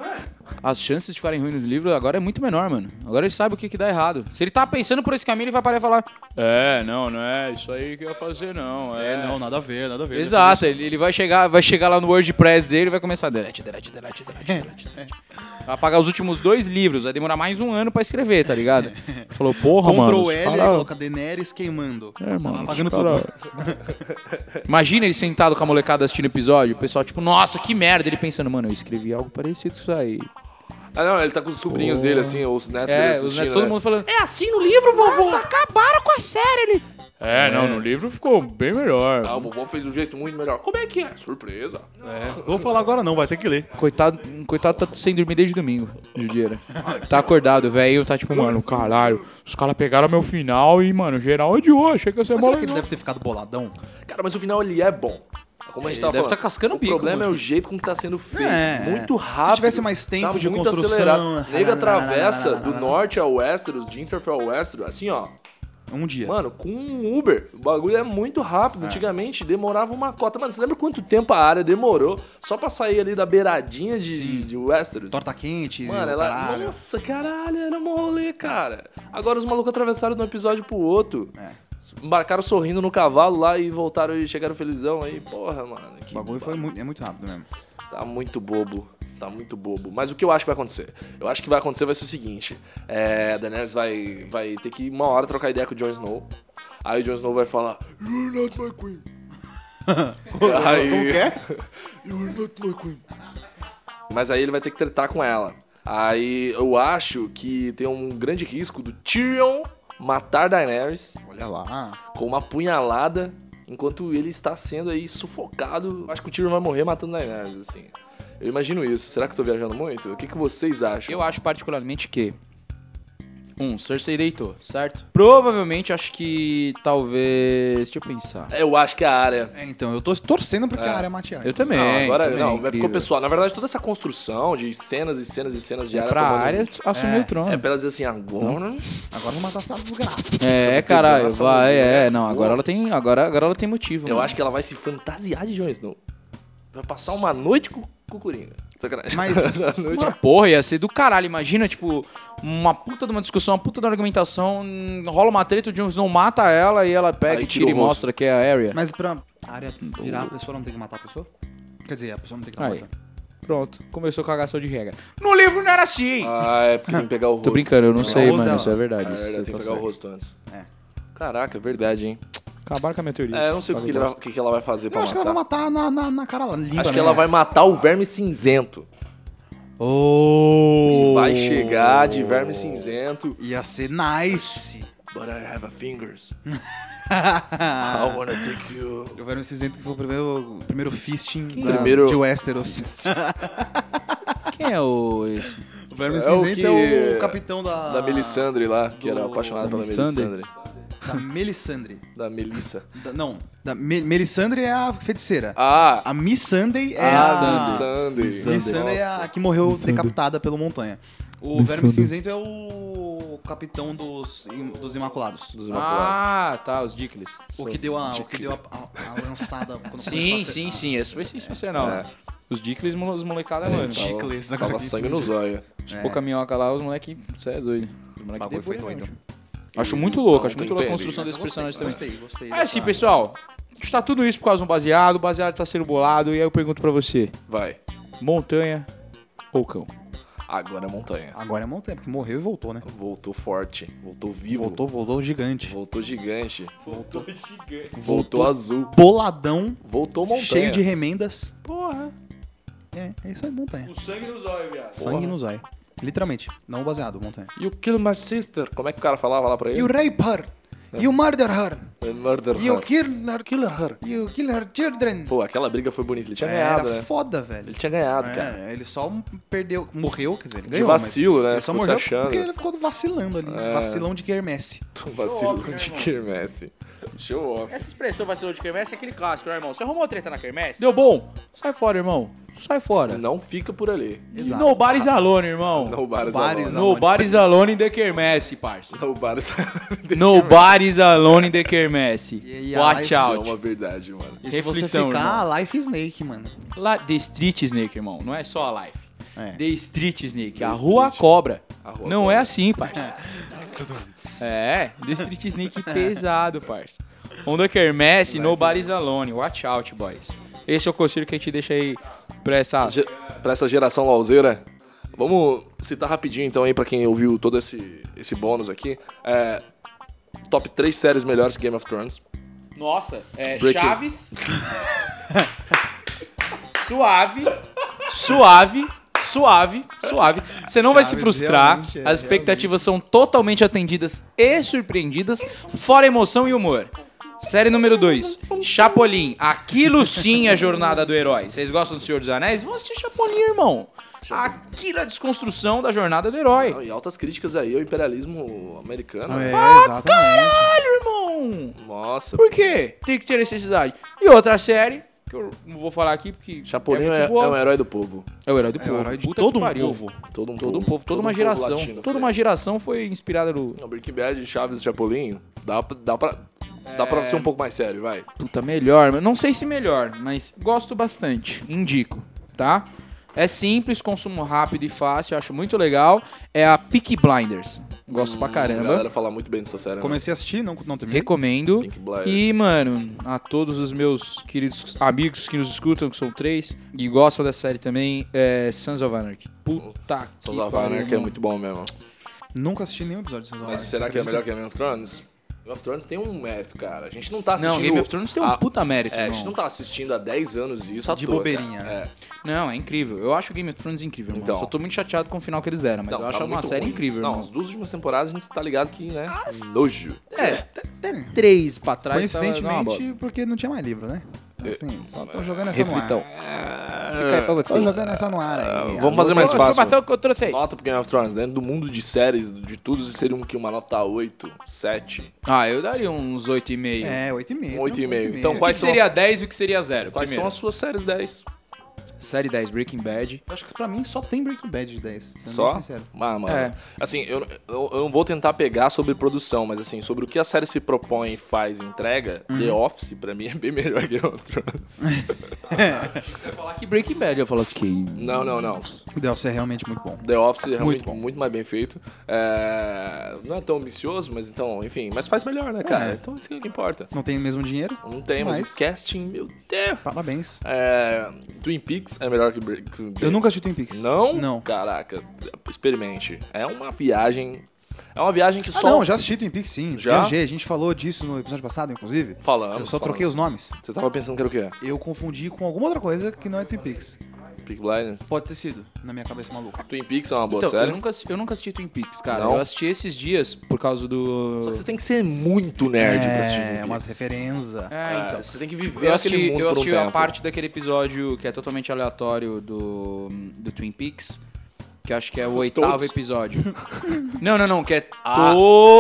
As chances de ficarem ruins nos livros agora é muito menor, mano. Agora ele sabe o que, que dá errado. Se ele tá pensando por esse caminho, ele vai parar e falar: É, não, não é isso aí que eu ia fazer, não. É,
não, nada a ver, nada a ver.
Exato, ele, ele vai, chegar, vai chegar lá no WordPress dele e vai começar. Delete, delete, delete, delete, delete, delete. Vai apagar os últimos dois livros, vai demorar mais um ano pra escrever, tá ligado? Falou, porra,
Ctrl
mano. os
L,
cara-
ele coloca Daenerys queimando. Tá
É, mano, os
Apagando
cara-
tudo.
Imagina ele sentado com a molecada assistindo o episódio, o pessoal, tipo, nossa, que merda. Ele pensando, mano, eu escrevi algo parecido com isso aí.
Ah, não, ele tá com os sobrinhos
Pô.
dele, assim, ou os netos
É,
dele
os
assistindo.
netos, todo
né?
mundo falando.
É assim no livro, vovô? Nossa, acabaram com a série, ele.
É, não, no livro ficou bem melhor.
Ah, o vovô fez de um jeito muito melhor. Como é que é? Surpresa.
Vou falar agora não, vai ter que ler.
Coitado, coitado tá sem dormir desde domingo, Judieira. Tá acordado, velho, tá tipo, mano, caralho, os caras pegaram meu final e, mano, geral odiou, achei que ia ser
Mas
mó
será que ele
legal.
deve ter ficado boladão?
Cara, mas o final ele é bom. Como a gente
Ele
tava
deve
falando.
tá cascando o
o
bico,
problema é o
mas-
jeito com que tá sendo feito.
É.
Muito
Se
rápido.
tivesse mais tempo
tá
de
muito
construção.
acelerado. Nego
Nananana,
atravessa do
nananana.
norte ao Westeros, de Interfell ao Westeros, assim, ó.
Um dia.
Mano, com um Uber, o bagulho é muito rápido. Antigamente demorava uma cota. Mano, você lembra quanto tempo a área demorou só pra sair ali da beiradinha de, de, de Westeros?
Torta quente,
Mano, ela.
caralho.
Nossa, caralho, era um rolê, cara. Agora os malucos atravessaram de um episódio pro outro.
É.
Embarcaram sorrindo no cavalo lá e voltaram e chegaram felizão aí. Porra, mano.
O bagulho foi muito, é muito rápido mesmo.
Tá muito bobo. Tá muito bobo. Mas o que eu acho que vai acontecer? Eu acho que vai acontecer vai ser o seguinte: é, a Daenerys vai, vai ter que uma hora trocar ideia com o Jon Snow. Aí o Jon Snow vai falar: You're not my queen. aí,
Como que é?
You're not my queen. Mas aí ele vai ter que tretar com ela. Aí eu acho que tem um grande risco do Tyrion matar Daenerys.
Olha lá.
Com uma punhalada, enquanto ele está sendo aí sufocado. Acho que o Tyrion vai morrer matando Daenerys, assim. Eu imagino isso. Será que eu tô viajando muito? O que, que vocês acham?
Eu acho particularmente que. Um, Cersei deitou, certo? Provavelmente, acho que talvez. Deixa eu pensar.
Eu acho que a área.
É, então, eu tô torcendo pra que
É.
a área mate a área.
Eu também.
Não, agora
também,
não,
incrível.
ficou pessoal. Na verdade, toda essa construção de cenas e cenas e cenas de
É
área.
pra
tomando-
área assumir
É,
o trono.
É pra ela dizer assim, agora.
Agora vou matar essa desgraça.
É, caralho, vai, é, não, agora ela tem, agora, agora ela tem motivo.
né? Eu
mano.
acho que ela vai se fantasiar de Jon Snow. Vai passar uma noite com com o Coringa. Sacanagem.
Mas,
Uma noite-
mano, Tipo, porra, ia ser do caralho. Imagina, tipo, uma puta de uma discussão, uma puta de uma argumentação, hum, rola uma treta, o Jon Snow mata ela e ela pega,
Aí
e
tira o
tira e
rosto.
mostra que é a Arya.
Mas pra a área virar, a pessoa não tem que matar a pessoa? Quer dizer, a pessoa não tem que
Aí.
matar.
Pronto, começou a cagação de regra. No livro não era assim!
Ah, é porque tem que pegar o rosto.
Tô brincando, eu não
Tem que
sei,
pegar o rosto
mano,
dela.
isso é verdade,
Ah,
isso
tem
você
que
tá
pegar o
certo.
rosto antes.
É.
Caraca, é verdade, hein?
Acabaram com a minha teoria.
É, eu não sei o que, ele vai- o que que ela vai fazer pra
Eu acho que
matar.
ela vai matar na, na, na cara lá, limpa.
Acho que
né?
ela vai matar o verme cinzento.
Oh.
E vai chegar de verme cinzento.
Ia ser nice.
But I have a fingers. I wanna take you.
O Verme Cinzento que foi o primeiro, o primeiro fisting da-
Primeiro-
de Westeros.
Quem é o esse?
o Verme
É o
Cinzento
que-
é o capitão da...
Da Melisandre lá, que era apaixonada pela
Melisandre?
Melisandre.
Da Melisandre.
Da Melissa.
Da- não, da Me- Melisandre é a feiticeira.
Ah!
A Missandei é
Ah,
a...
Missandei.
Missandei é a que morreu decapitada pelo Montanha. O Verme Cinzento é o capitão dos, dos Imaculados.
Dos Imaculados.
Ah, tá, os Dickles.
O que deu a, o que deu a, a- a lançada quando começou
Sim,
a
sim,
treinar.
sim, esse foi sensacional.
É.
Os Dickles, mo- os molecada, mano.
É.
Chicles,
tá Tava,
agora
tava
que-
sangue nos olhos.
Os pouca minhoca lá, os moleque, você é doido. Os
O
moleque
bagulho foi
depois,
doido.
Acho muito louco,
Não,
acho
tem
muito louca a
pele.
construção
né?
desses personagens também.
Gostei, gostei.
É assim,
dessa-
pessoal. A gente tá tudo isso por causa de um baseado, o baseado tá sendo bolado, e aí eu pergunto pra você:
Vai.
montanha ou cão?
Agora é montanha.
Agora é Montanha, porque morreu e voltou, né?
Voltou forte. Voltou vivo.
Voltou, voltou gigante.
Voltou gigante. Voltou gigante. Voltou azul.
Boladão,
Voltou montanha.
cheio de remendas.
Porra.
É, é isso aí, Montanha.
sangue nos olhos, viado.
Sangue nos olhos. Literalmente. Não o baseado, montanha.
You kill my sister. Como é que o cara falava lá pra ele?
You rape her. You murder her.
You murder
You
her.
kill her. Kill her. You kill her children.
Pô, aquela briga foi bonita. Ele tinha
É,
ganhado,
era
né?
foda, velho.
Ele tinha ganhado,
É,
cara.
Ele só perdeu, morreu, quer dizer, ele
De
ganhou, mas
vacilo, né?
Ele só
Ficou se
morreu
achando.
porque ele ficou vacilando ali.
É.
Vacilão de quermesse.
Vacilo de quermesse. Show off.
Essa expressão vacilou de quermesse é aquele clássico, né, irmão? Você arrumou treta na quermesse?
Deu bom? Sai fora, irmão. Sai fora.
Não fica por ali.
Exato. Nobody's alone, irmão.
Nobody's Nobody's alone. alone.
Nobody's alone in the kermesse, parça.
Nobody's
Nobody's alone in the kermesse.
é e a
Watch
life-
out.
É uma verdade, mano.
E se você
Reflitão,
ficar, Life Snake, mano.
Lá, The Street Snake, irmão. Não é só a life.
É.
The Street Snake. a Rua Cobra.
Rua
não é assim, parça. é, The Street Snake pesado, parça. Onda Kermesse, Nobody's Alone. Watch out, boys. Esse é o conselho que a gente deixa aí pra essa...
Ge- pra essa geração lauzeira. Vamos citar rapidinho então aí pra quem ouviu todo esse, esse bônus aqui. É, top 3 séries melhores que Game of Thrones.
Nossa, é
Breaking.
Chaves. Suave.
Suave, suave, suave. Você não vai se
Chaves
frustrar.
realmente é,
As expectativas são totalmente atendidas e surpreendidas, fora emoção e humor. Série número 2, Chapolin. Aquilo sim é jornada do herói. Vocês gostam do Senhor dos Anéis? Vão assistir Chapolin, irmão. Aquilo é a desconstrução da jornada do herói.
E altas críticas aí ao imperialismo americano.
É,
né?
Ah,
exatamente. Caralho, irmão!
Nossa.
Por quê? Tem que ter necessidade. E outra série, que eu não vou falar aqui porque.
Chapolin
muito
é, é
boa.
um herói do povo.
É o herói do
É o
povo.
herói de
Puta
todo
que
um
pariu.
povo. Todo um
Todo um
povo.
povo, toda
Todo um
uma
povo
geração.
latino,
toda
Fred.
uma geração foi inspirada no.
O Breaking Bad, Chaves e Chapolin, dá, pra- dá, pra, dá pra
É.
ser um pouco mais sério, vai.
Puta, melhor. mas Não sei se melhor, mas gosto bastante. Indico, tá? É simples, consumo rápido e fácil, acho muito legal. É a Peaky Blinders. Gosto pra
Hum, A
caramba. é
galera fala muito bem dessa série. né?
Comecei a assistir, não, não terminei.
Uhum. Recomendo.
Blinders.
E, mano, a todos os meus queridos amigos que nos escutam, que são três, e gostam dessa série também, é Sons of Anarchy. Puta que
Sons of
pariu,
Anarchy é
irmão.
muito bom mesmo.
Nunca assisti nenhum episódio de Sons of
Mas
Anarchy,
será
você
que é melhor que
acredita?
Game of Thrones? Game of Thrones tem um mérito, cara. A gente não tá
Não,
assistindo...
Game of Thrones tem um
a-
puta mérito,
É, a gente
irmão.
não tá assistindo há 10 anos isso à
De
toa,
bobeirinha. né?
cara. É.
Não, é incrível. Eu acho Game of Thrones incrível, irmão.
Então.
Só tô muito chateado com o final que eles deram, mas
Não,
eu acho
tá
uma
muito
série
ruim.
incrível,
Não,
irmão. É,
as duas últimas temporadas a gente tá ligado que, né? Nojo.
Três pra trás. tava- não, é uma bosta.
Coincidentemente, porque não tinha mais livro, né?
É.
Assim, só tô jogando essa
Refritão.
no ar. Fica aí pra vocês. Tô jogando essa no ar aí.
assim. Ah, Vamos fazer mais fácil.
que eu trouxe
Nota pro Game of Thrones. Dentro do mundo de séries, de tudo, seria um que uma nota 8, 7.
Ah, eu daria uns 8,5.
É, 8,5.
Um 8,5.
Então,
Então,
o que,
quais
que
são
seria 10 e o que seria 0?
Quais são as suas séries 10?
Série 10, Breaking Bad.
Acho que pra mim só tem Breaking Bad de 10. Sendo
Só?
Bem sincero.
Ah, mano.
É.
Assim, eu, eu, eu não vou tentar pegar sobre produção, mas assim, sobre o que a série se propõe, faz, entrega, The
Uhum.
Office, pra mim, é bem melhor que Game of Thrones.
falar que Breaking Bad, eu falo que...
Não, não, não.
The Office é realmente muito bom.
The Office é
Muito
realmente muito, mais bem feito. É, Não é tão ambicioso, mas então, enfim, mas faz melhor, né, cara?
É.
Então isso que é o que importa.
Não tem o mesmo dinheiro?
Não tem, mas, o casting, meu Deus.
Parabéns.
É, Twin Peaks é melhor que, Bre- que-
Eu nunca assisti Twin Peaks.
Não?
Não.
Caraca, experimente. É uma viagem. É uma viagem que
Ah,
só.
não, já assisti Twin Peaks sim.
Já?
Viajei, a gente falou disso no episódio passado, inclusive.
Falamos,
Eu só
falamos.
troquei os nomes.
Você tava pensando que era o quê?
Eu confundi com alguma outra coisa que não é Twin Peaks.
Peak Blind?
Pode ter sido, na minha cabeça maluca.
Twin Peaks é uma boa
Então, eu
série.
nunca, assi- eu nunca assisti Twin Peaks, cara.
Não?
Eu assisti esses dias por causa do...
Só que você tem que ser muito nerd pra assistir. Twin
É,
Peaks.
umas referências.
É, então.
Você tem que
Tipo,
viver
eu
aquele
assisti,
mundo
eu
por um
assisti a
tempo.
parte daquele episódio que é totalmente aleatório do, do Twin Peaks, que acho que é o oitavo
Todos.
episódio. não, não, não, que é
Ah.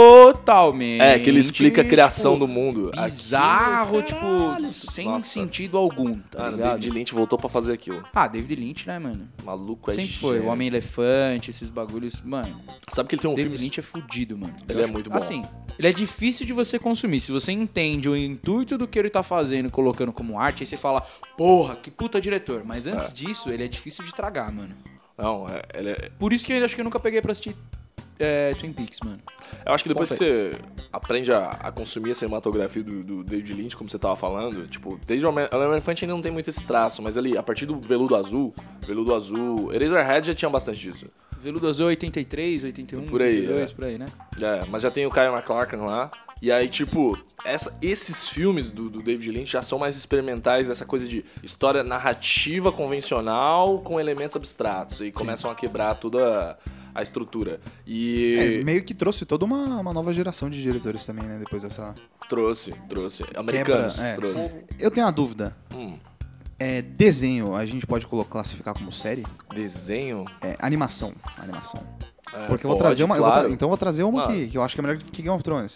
totalmente. tipo,
É, que ele explica a criação do mundo.
Bizarro, tipo, sem sentido algum, tá
Mano,
ligado?
Ah, David Lynch voltou pra fazer aquilo.
Ah, David Lynch, né, mano?
Maluco é
Sempre foi.
gênio.
O Homem-Elefante, esses bagulhos. Mano.
Sabe que ele tem um
David
filme-
Lynch é fudido, mano.
Ele
Eu
é
acho-
muito bom.
Assim, ele é difícil de você consumir. Se você entende o intuito do que ele tá fazendo, colocando como arte, aí você fala, porra, que puta diretor. Mas antes
É.
disso, ele é difícil de tragar, mano.
Não, é- ele é-
Por isso que eu acho que eu nunca peguei pra assistir é, Twin Peaks, mano.
Eu acho que depois que
Ponto
você aprende a, a consumir a cinematografia do, do David Lynch, como você tava falando, tipo, desde o Homem- o Elefante ainda não tem muito esse traço, mas ali, a partir do Veludo Azul, Veludo Azul, Eraserhead já tinha bastante disso.
Veludo Azul 83, 81,
Por aí,
82,
é.
por aí, né?
É, mas já tem o Kyle MacLachlan lá. E aí, tipo, essa- esses filmes do, do David Lynch já são mais experimentais dessa coisa de história narrativa convencional com elementos abstratos. E começam a quebrar toda a estrutura. E.
É, meio que trouxe toda uma, uma nova geração de diretores também, né? Depois dessa
Trouxe, trouxe.
quebra.
Americanos,
É,
trouxe.
sim. Eu tenho uma dúvida.
Hum.
É, desenho, a gente pode colo- classificar como série?
Desenho?
É, animação. Animação.
É,
Porque eu vou
pode,
trazer uma. eu vou tra-
claro.
então eu vou trazer uma
Ah.
aqui, que eu acho que é melhor que Game of Thrones.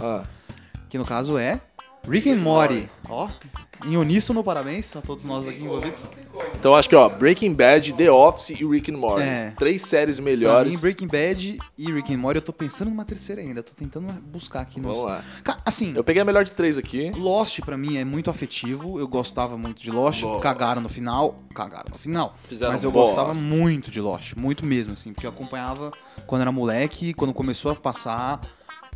Que no caso é Rick
Rick
and
and
Morty. Ó. Em uníssono, parabéns a todos nós aqui envolvidos.
Então acho que, ó, Breaking Bad, The Office e Rick and Morty.
É.
Três séries
Pra mim,
melhores.
Breaking Bad e Rick and Morty, eu tô pensando numa terceira ainda. Tô tentando buscar aqui nos.
Vamos lá.
Ca- Assim.
Eu peguei a melhor de três aqui.
Lost pra mim é muito afetivo. Eu gostava muito de Lost.
Lost.
Cagaram no final. Cagaram no final.
Fizeram
Mas eu
bosta.
gostava muito de Lost. Muito mesmo, assim. Porque eu acompanhava quando era moleque, quando começou a passar.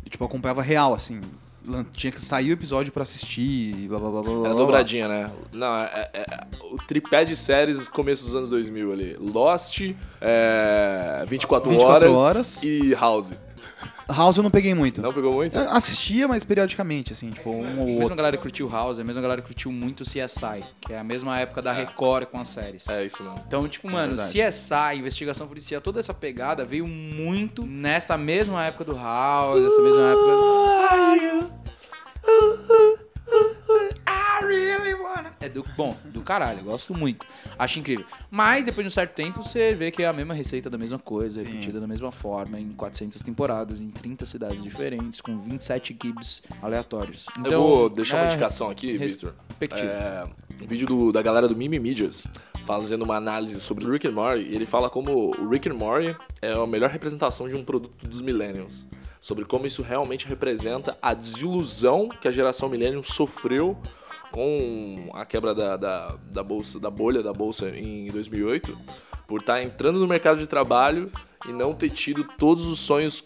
Eu, tipo, acompanhava real, assim. Lan- Tinha que sair o episódio pra assistir. Blá, blá, blá, blá,
Era
blá, blá.
dobradinha, né? Não, é, é- é- o tripé de séries começo dos anos 2000 ali. Lost, é, 24,
24
horas,
horas. É.
e House.
House eu não peguei muito.
Não pegou muito?
Eu assistia, mas periodicamente, assim, tipo, um
A
ou
mesma
outro.
galera que curtiu House, a mesma galera que curtiu muito CSI, que é a mesma época da Record com as séries.
É isso mesmo.
Então, tipo,
É
mano,
verdade.
CSI, investigação policial, toda essa pegada veio muito nessa mesma época do House, essa mesma época. É do, bom, do caralho, eu gosto muito. Acho incrível. Mas depois de um certo tempo, você vê que é a mesma receita da mesma coisa, é repetida da mesma forma, em 400 temporadas, em 30 cidades diferentes, com 27 gigs aleatórios.
eu vou deixar uma
é,
indicação aqui, Victor.
respectivo.
É, um vídeo do- da galera do Mimi Medias fazendo uma análise sobre o Rick and Morty. E ele fala como o Rick and Morty é a melhor representação de um produto dos millennials. Sobre como isso realmente representa a desilusão que a geração millennial sofreu com a quebra da, da, da bolsa, da bolha da bolsa em 2008, por estar entrando no mercado de trabalho e não ter tido todos os sonhos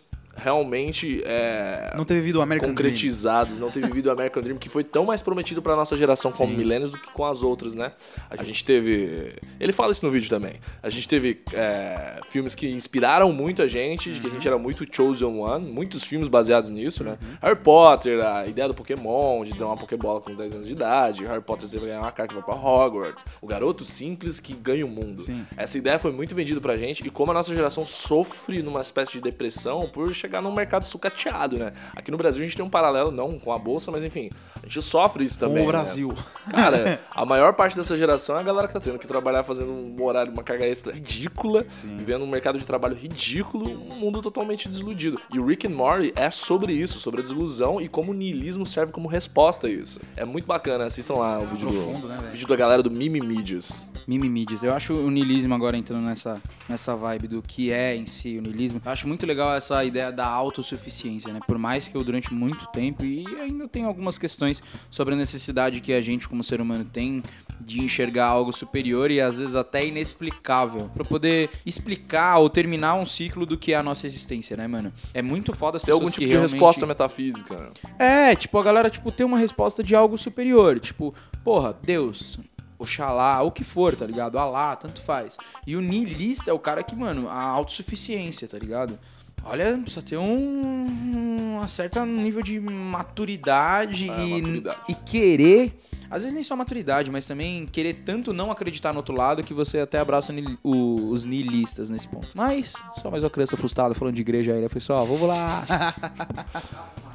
realmente é,
Não ter vivido o American Dream.
concretizados, não ter vivido o American Dream, que foi tão mais prometido pra nossa geração como milênios do que com as outras, né? A gente teve. Ele fala isso no vídeo também. A gente teve é, filmes que inspiraram muito a gente, de que a gente era muito Chosen One, muitos filmes baseados nisso, né? Harry Potter, a ideia do Pokémon, de dar uma Pokébola com os 10 anos de idade, Harry Potter você vai ganhar uma carta e vai pra Hogwarts, o garoto simples que ganha o mundo. Essa ideia foi muito vendida pra gente e como a nossa geração sofre numa espécie de depressão por chegar num mercado sucateado, né? Aqui no Brasil a gente tem um paralelo, não com a bolsa, mas enfim, a gente sofre isso
Com
também.
o
né?
Brasil.
Cara, a maior parte dessa geração é a galera que tá tendo que trabalhar fazendo um horário, uma carga extra ridícula, vivendo um mercado de trabalho ridículo, um mundo totalmente desiludido. E o Rick and Morty é sobre isso, sobre a desilusão e como o niilismo serve como resposta a isso. É muito bacana, assistam lá o vídeo
Profundo,
do
né, velho?
vídeo da galera do Mimi Medias.
Mimimídias. Eu acho o niilismo agora entrando nessa, nessa vibe do que é em si o niilismo. Eu acho muito legal essa ideia da autossuficiência, né? Por mais que eu durante muito tempo e ainda tenho algumas questões sobre a necessidade que a gente como ser humano tem de enxergar algo superior e às vezes até inexplicável, Pra poder explicar ou terminar um ciclo do que é a nossa existência, né, mano? É muito foda as
Tem
pessoas
algum tipo
que
de
realmente
resposta metafísica, né?
é, tipo, a galera, tipo, tem uma resposta de algo superior. Tipo, porra, Deus, Oxalá, o que for, tá ligado? Alá, tanto faz. E o niilista é o cara que, mano, a autossuficiência, tá ligado? Olha, precisa ter um, um certo nível de maturidade, e,
maturidade.
e querer. Às vezes nem só maturidade, mas também querer tanto não acreditar no outro lado que você até abraça o niil- o- os niilistas nesse ponto. Mas, só mais uma criança frustrada falando de igreja aí, né, pessoal? Vamos lá!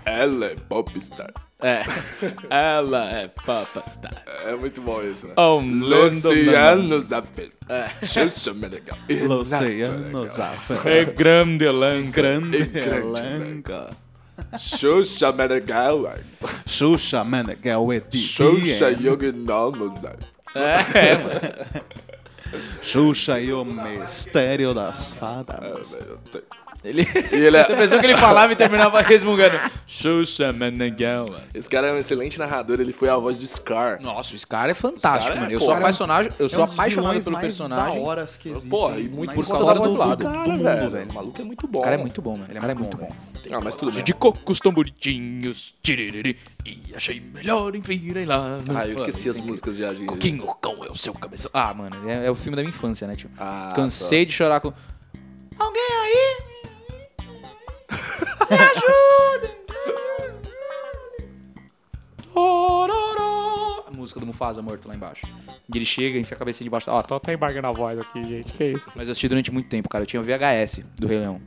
Ela é popstar.
É. Ela é popstar.
É muito bom isso, né?
Oh,
Luciano Zaffer.
É.
Xuxa Meneghel.
Luciano Zaffer.
É grande elenco.
Grande
É grande
elenco.
Xuxa Meneghel.
Xuxa, mano, que é o ET.
Xuxa Yognamo.
É, mano.
Xuxa e o mistério das fadas.
Ele... é-
A pessoa que ele falava e terminava resmungando. Xuxa Meneghella.
Esse cara é um excelente narrador, ele foi a voz do Scar.
Nossa, o Scar é fantástico,
Scar é,
mano. Eu
pô,
sou
cara,
apaixonado, eu
é
sou
um dos
apaixonado
vilões
pelo
mais
personagem.
da hora
que existem
Porra, e muito
na
por
história
causa do
do
lado.
cara,
do mundo,
velho.
velho. O maluco é muito bom.
O cara é muito bom, mano. O cara é muito bom.
Ah, mas tudo bem.
De cocos tão bonitinhos. Tiriri, e achei melhor virem lá. no-
Ah, eu esqueci
Pô,
as
isso é
músicas já. de-
incrível. Coquinho, cão é o seu cabeção. Ah, mano, é, é o filme da minha infância, né, tio?
Ah,
Cansei de chorar com.
Alguém aí? Me ajuda!
Tororó. A música do Mufasa morto lá embaixo. E ele chega, enfia a cabeça debaixo. da- Ó, tô até embargando a voz aqui, gente. Que isso? Mas eu assisti durante muito tempo, cara. Eu tinha o VHS do Rei Leão.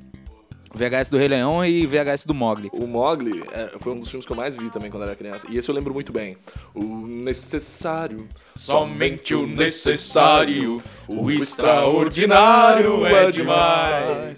VHS do Rei Leão e VHS do Mogli.
O Mogli é, foi um dos filmes que eu mais vi também quando era criança. E esse eu lembro muito bem. O necessário.
Somente o necessário, o extraordinário é demais.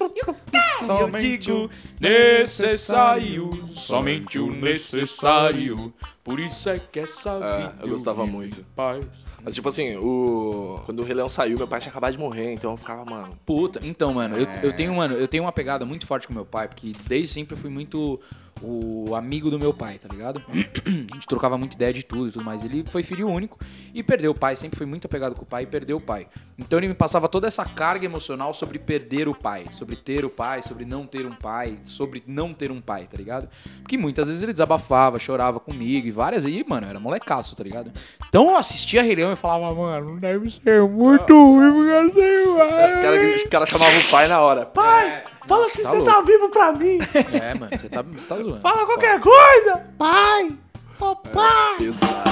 Somente o necessário, somente o necessário, por isso é que essa
Ah,
vida
eu gostava
vive
muito.
em Paz.
Mas tipo assim, o. Quando o Rei Leão saiu, meu pai tinha acabado de morrer, então eu ficava, mano.
Puta, então, mano, eu,
É.
eu tenho, mano, eu tenho uma pegada muito forte com meu pai, porque desde sempre eu fui muito o amigo do meu pai, tá ligado? A gente trocava muita ideia de tudo e tudo mais. Ele foi filho único e perdeu o pai, sempre foi muito apegado com o pai e perdeu o pai. Então ele me passava toda essa carga emocional sobre perder o pai, sobre ter o pai, sobre não ter um pai, sobre não ter um pai, tá ligado? Porque muitas vezes ele desabafava, chorava comigo e várias aí, mano, eu era molecaço, tá ligado? Então eu assistia Rei Leão e falava, mano, deve ser muito ruim, porque assim,
O cara, os caras chamavam o pai na hora.
Pai, fala se
tá
você
louco.
tá vivo pra mim.
É, mano, você tá, você tá zoando.
Fala qualquer coisa. Pai, papai.
Pesado.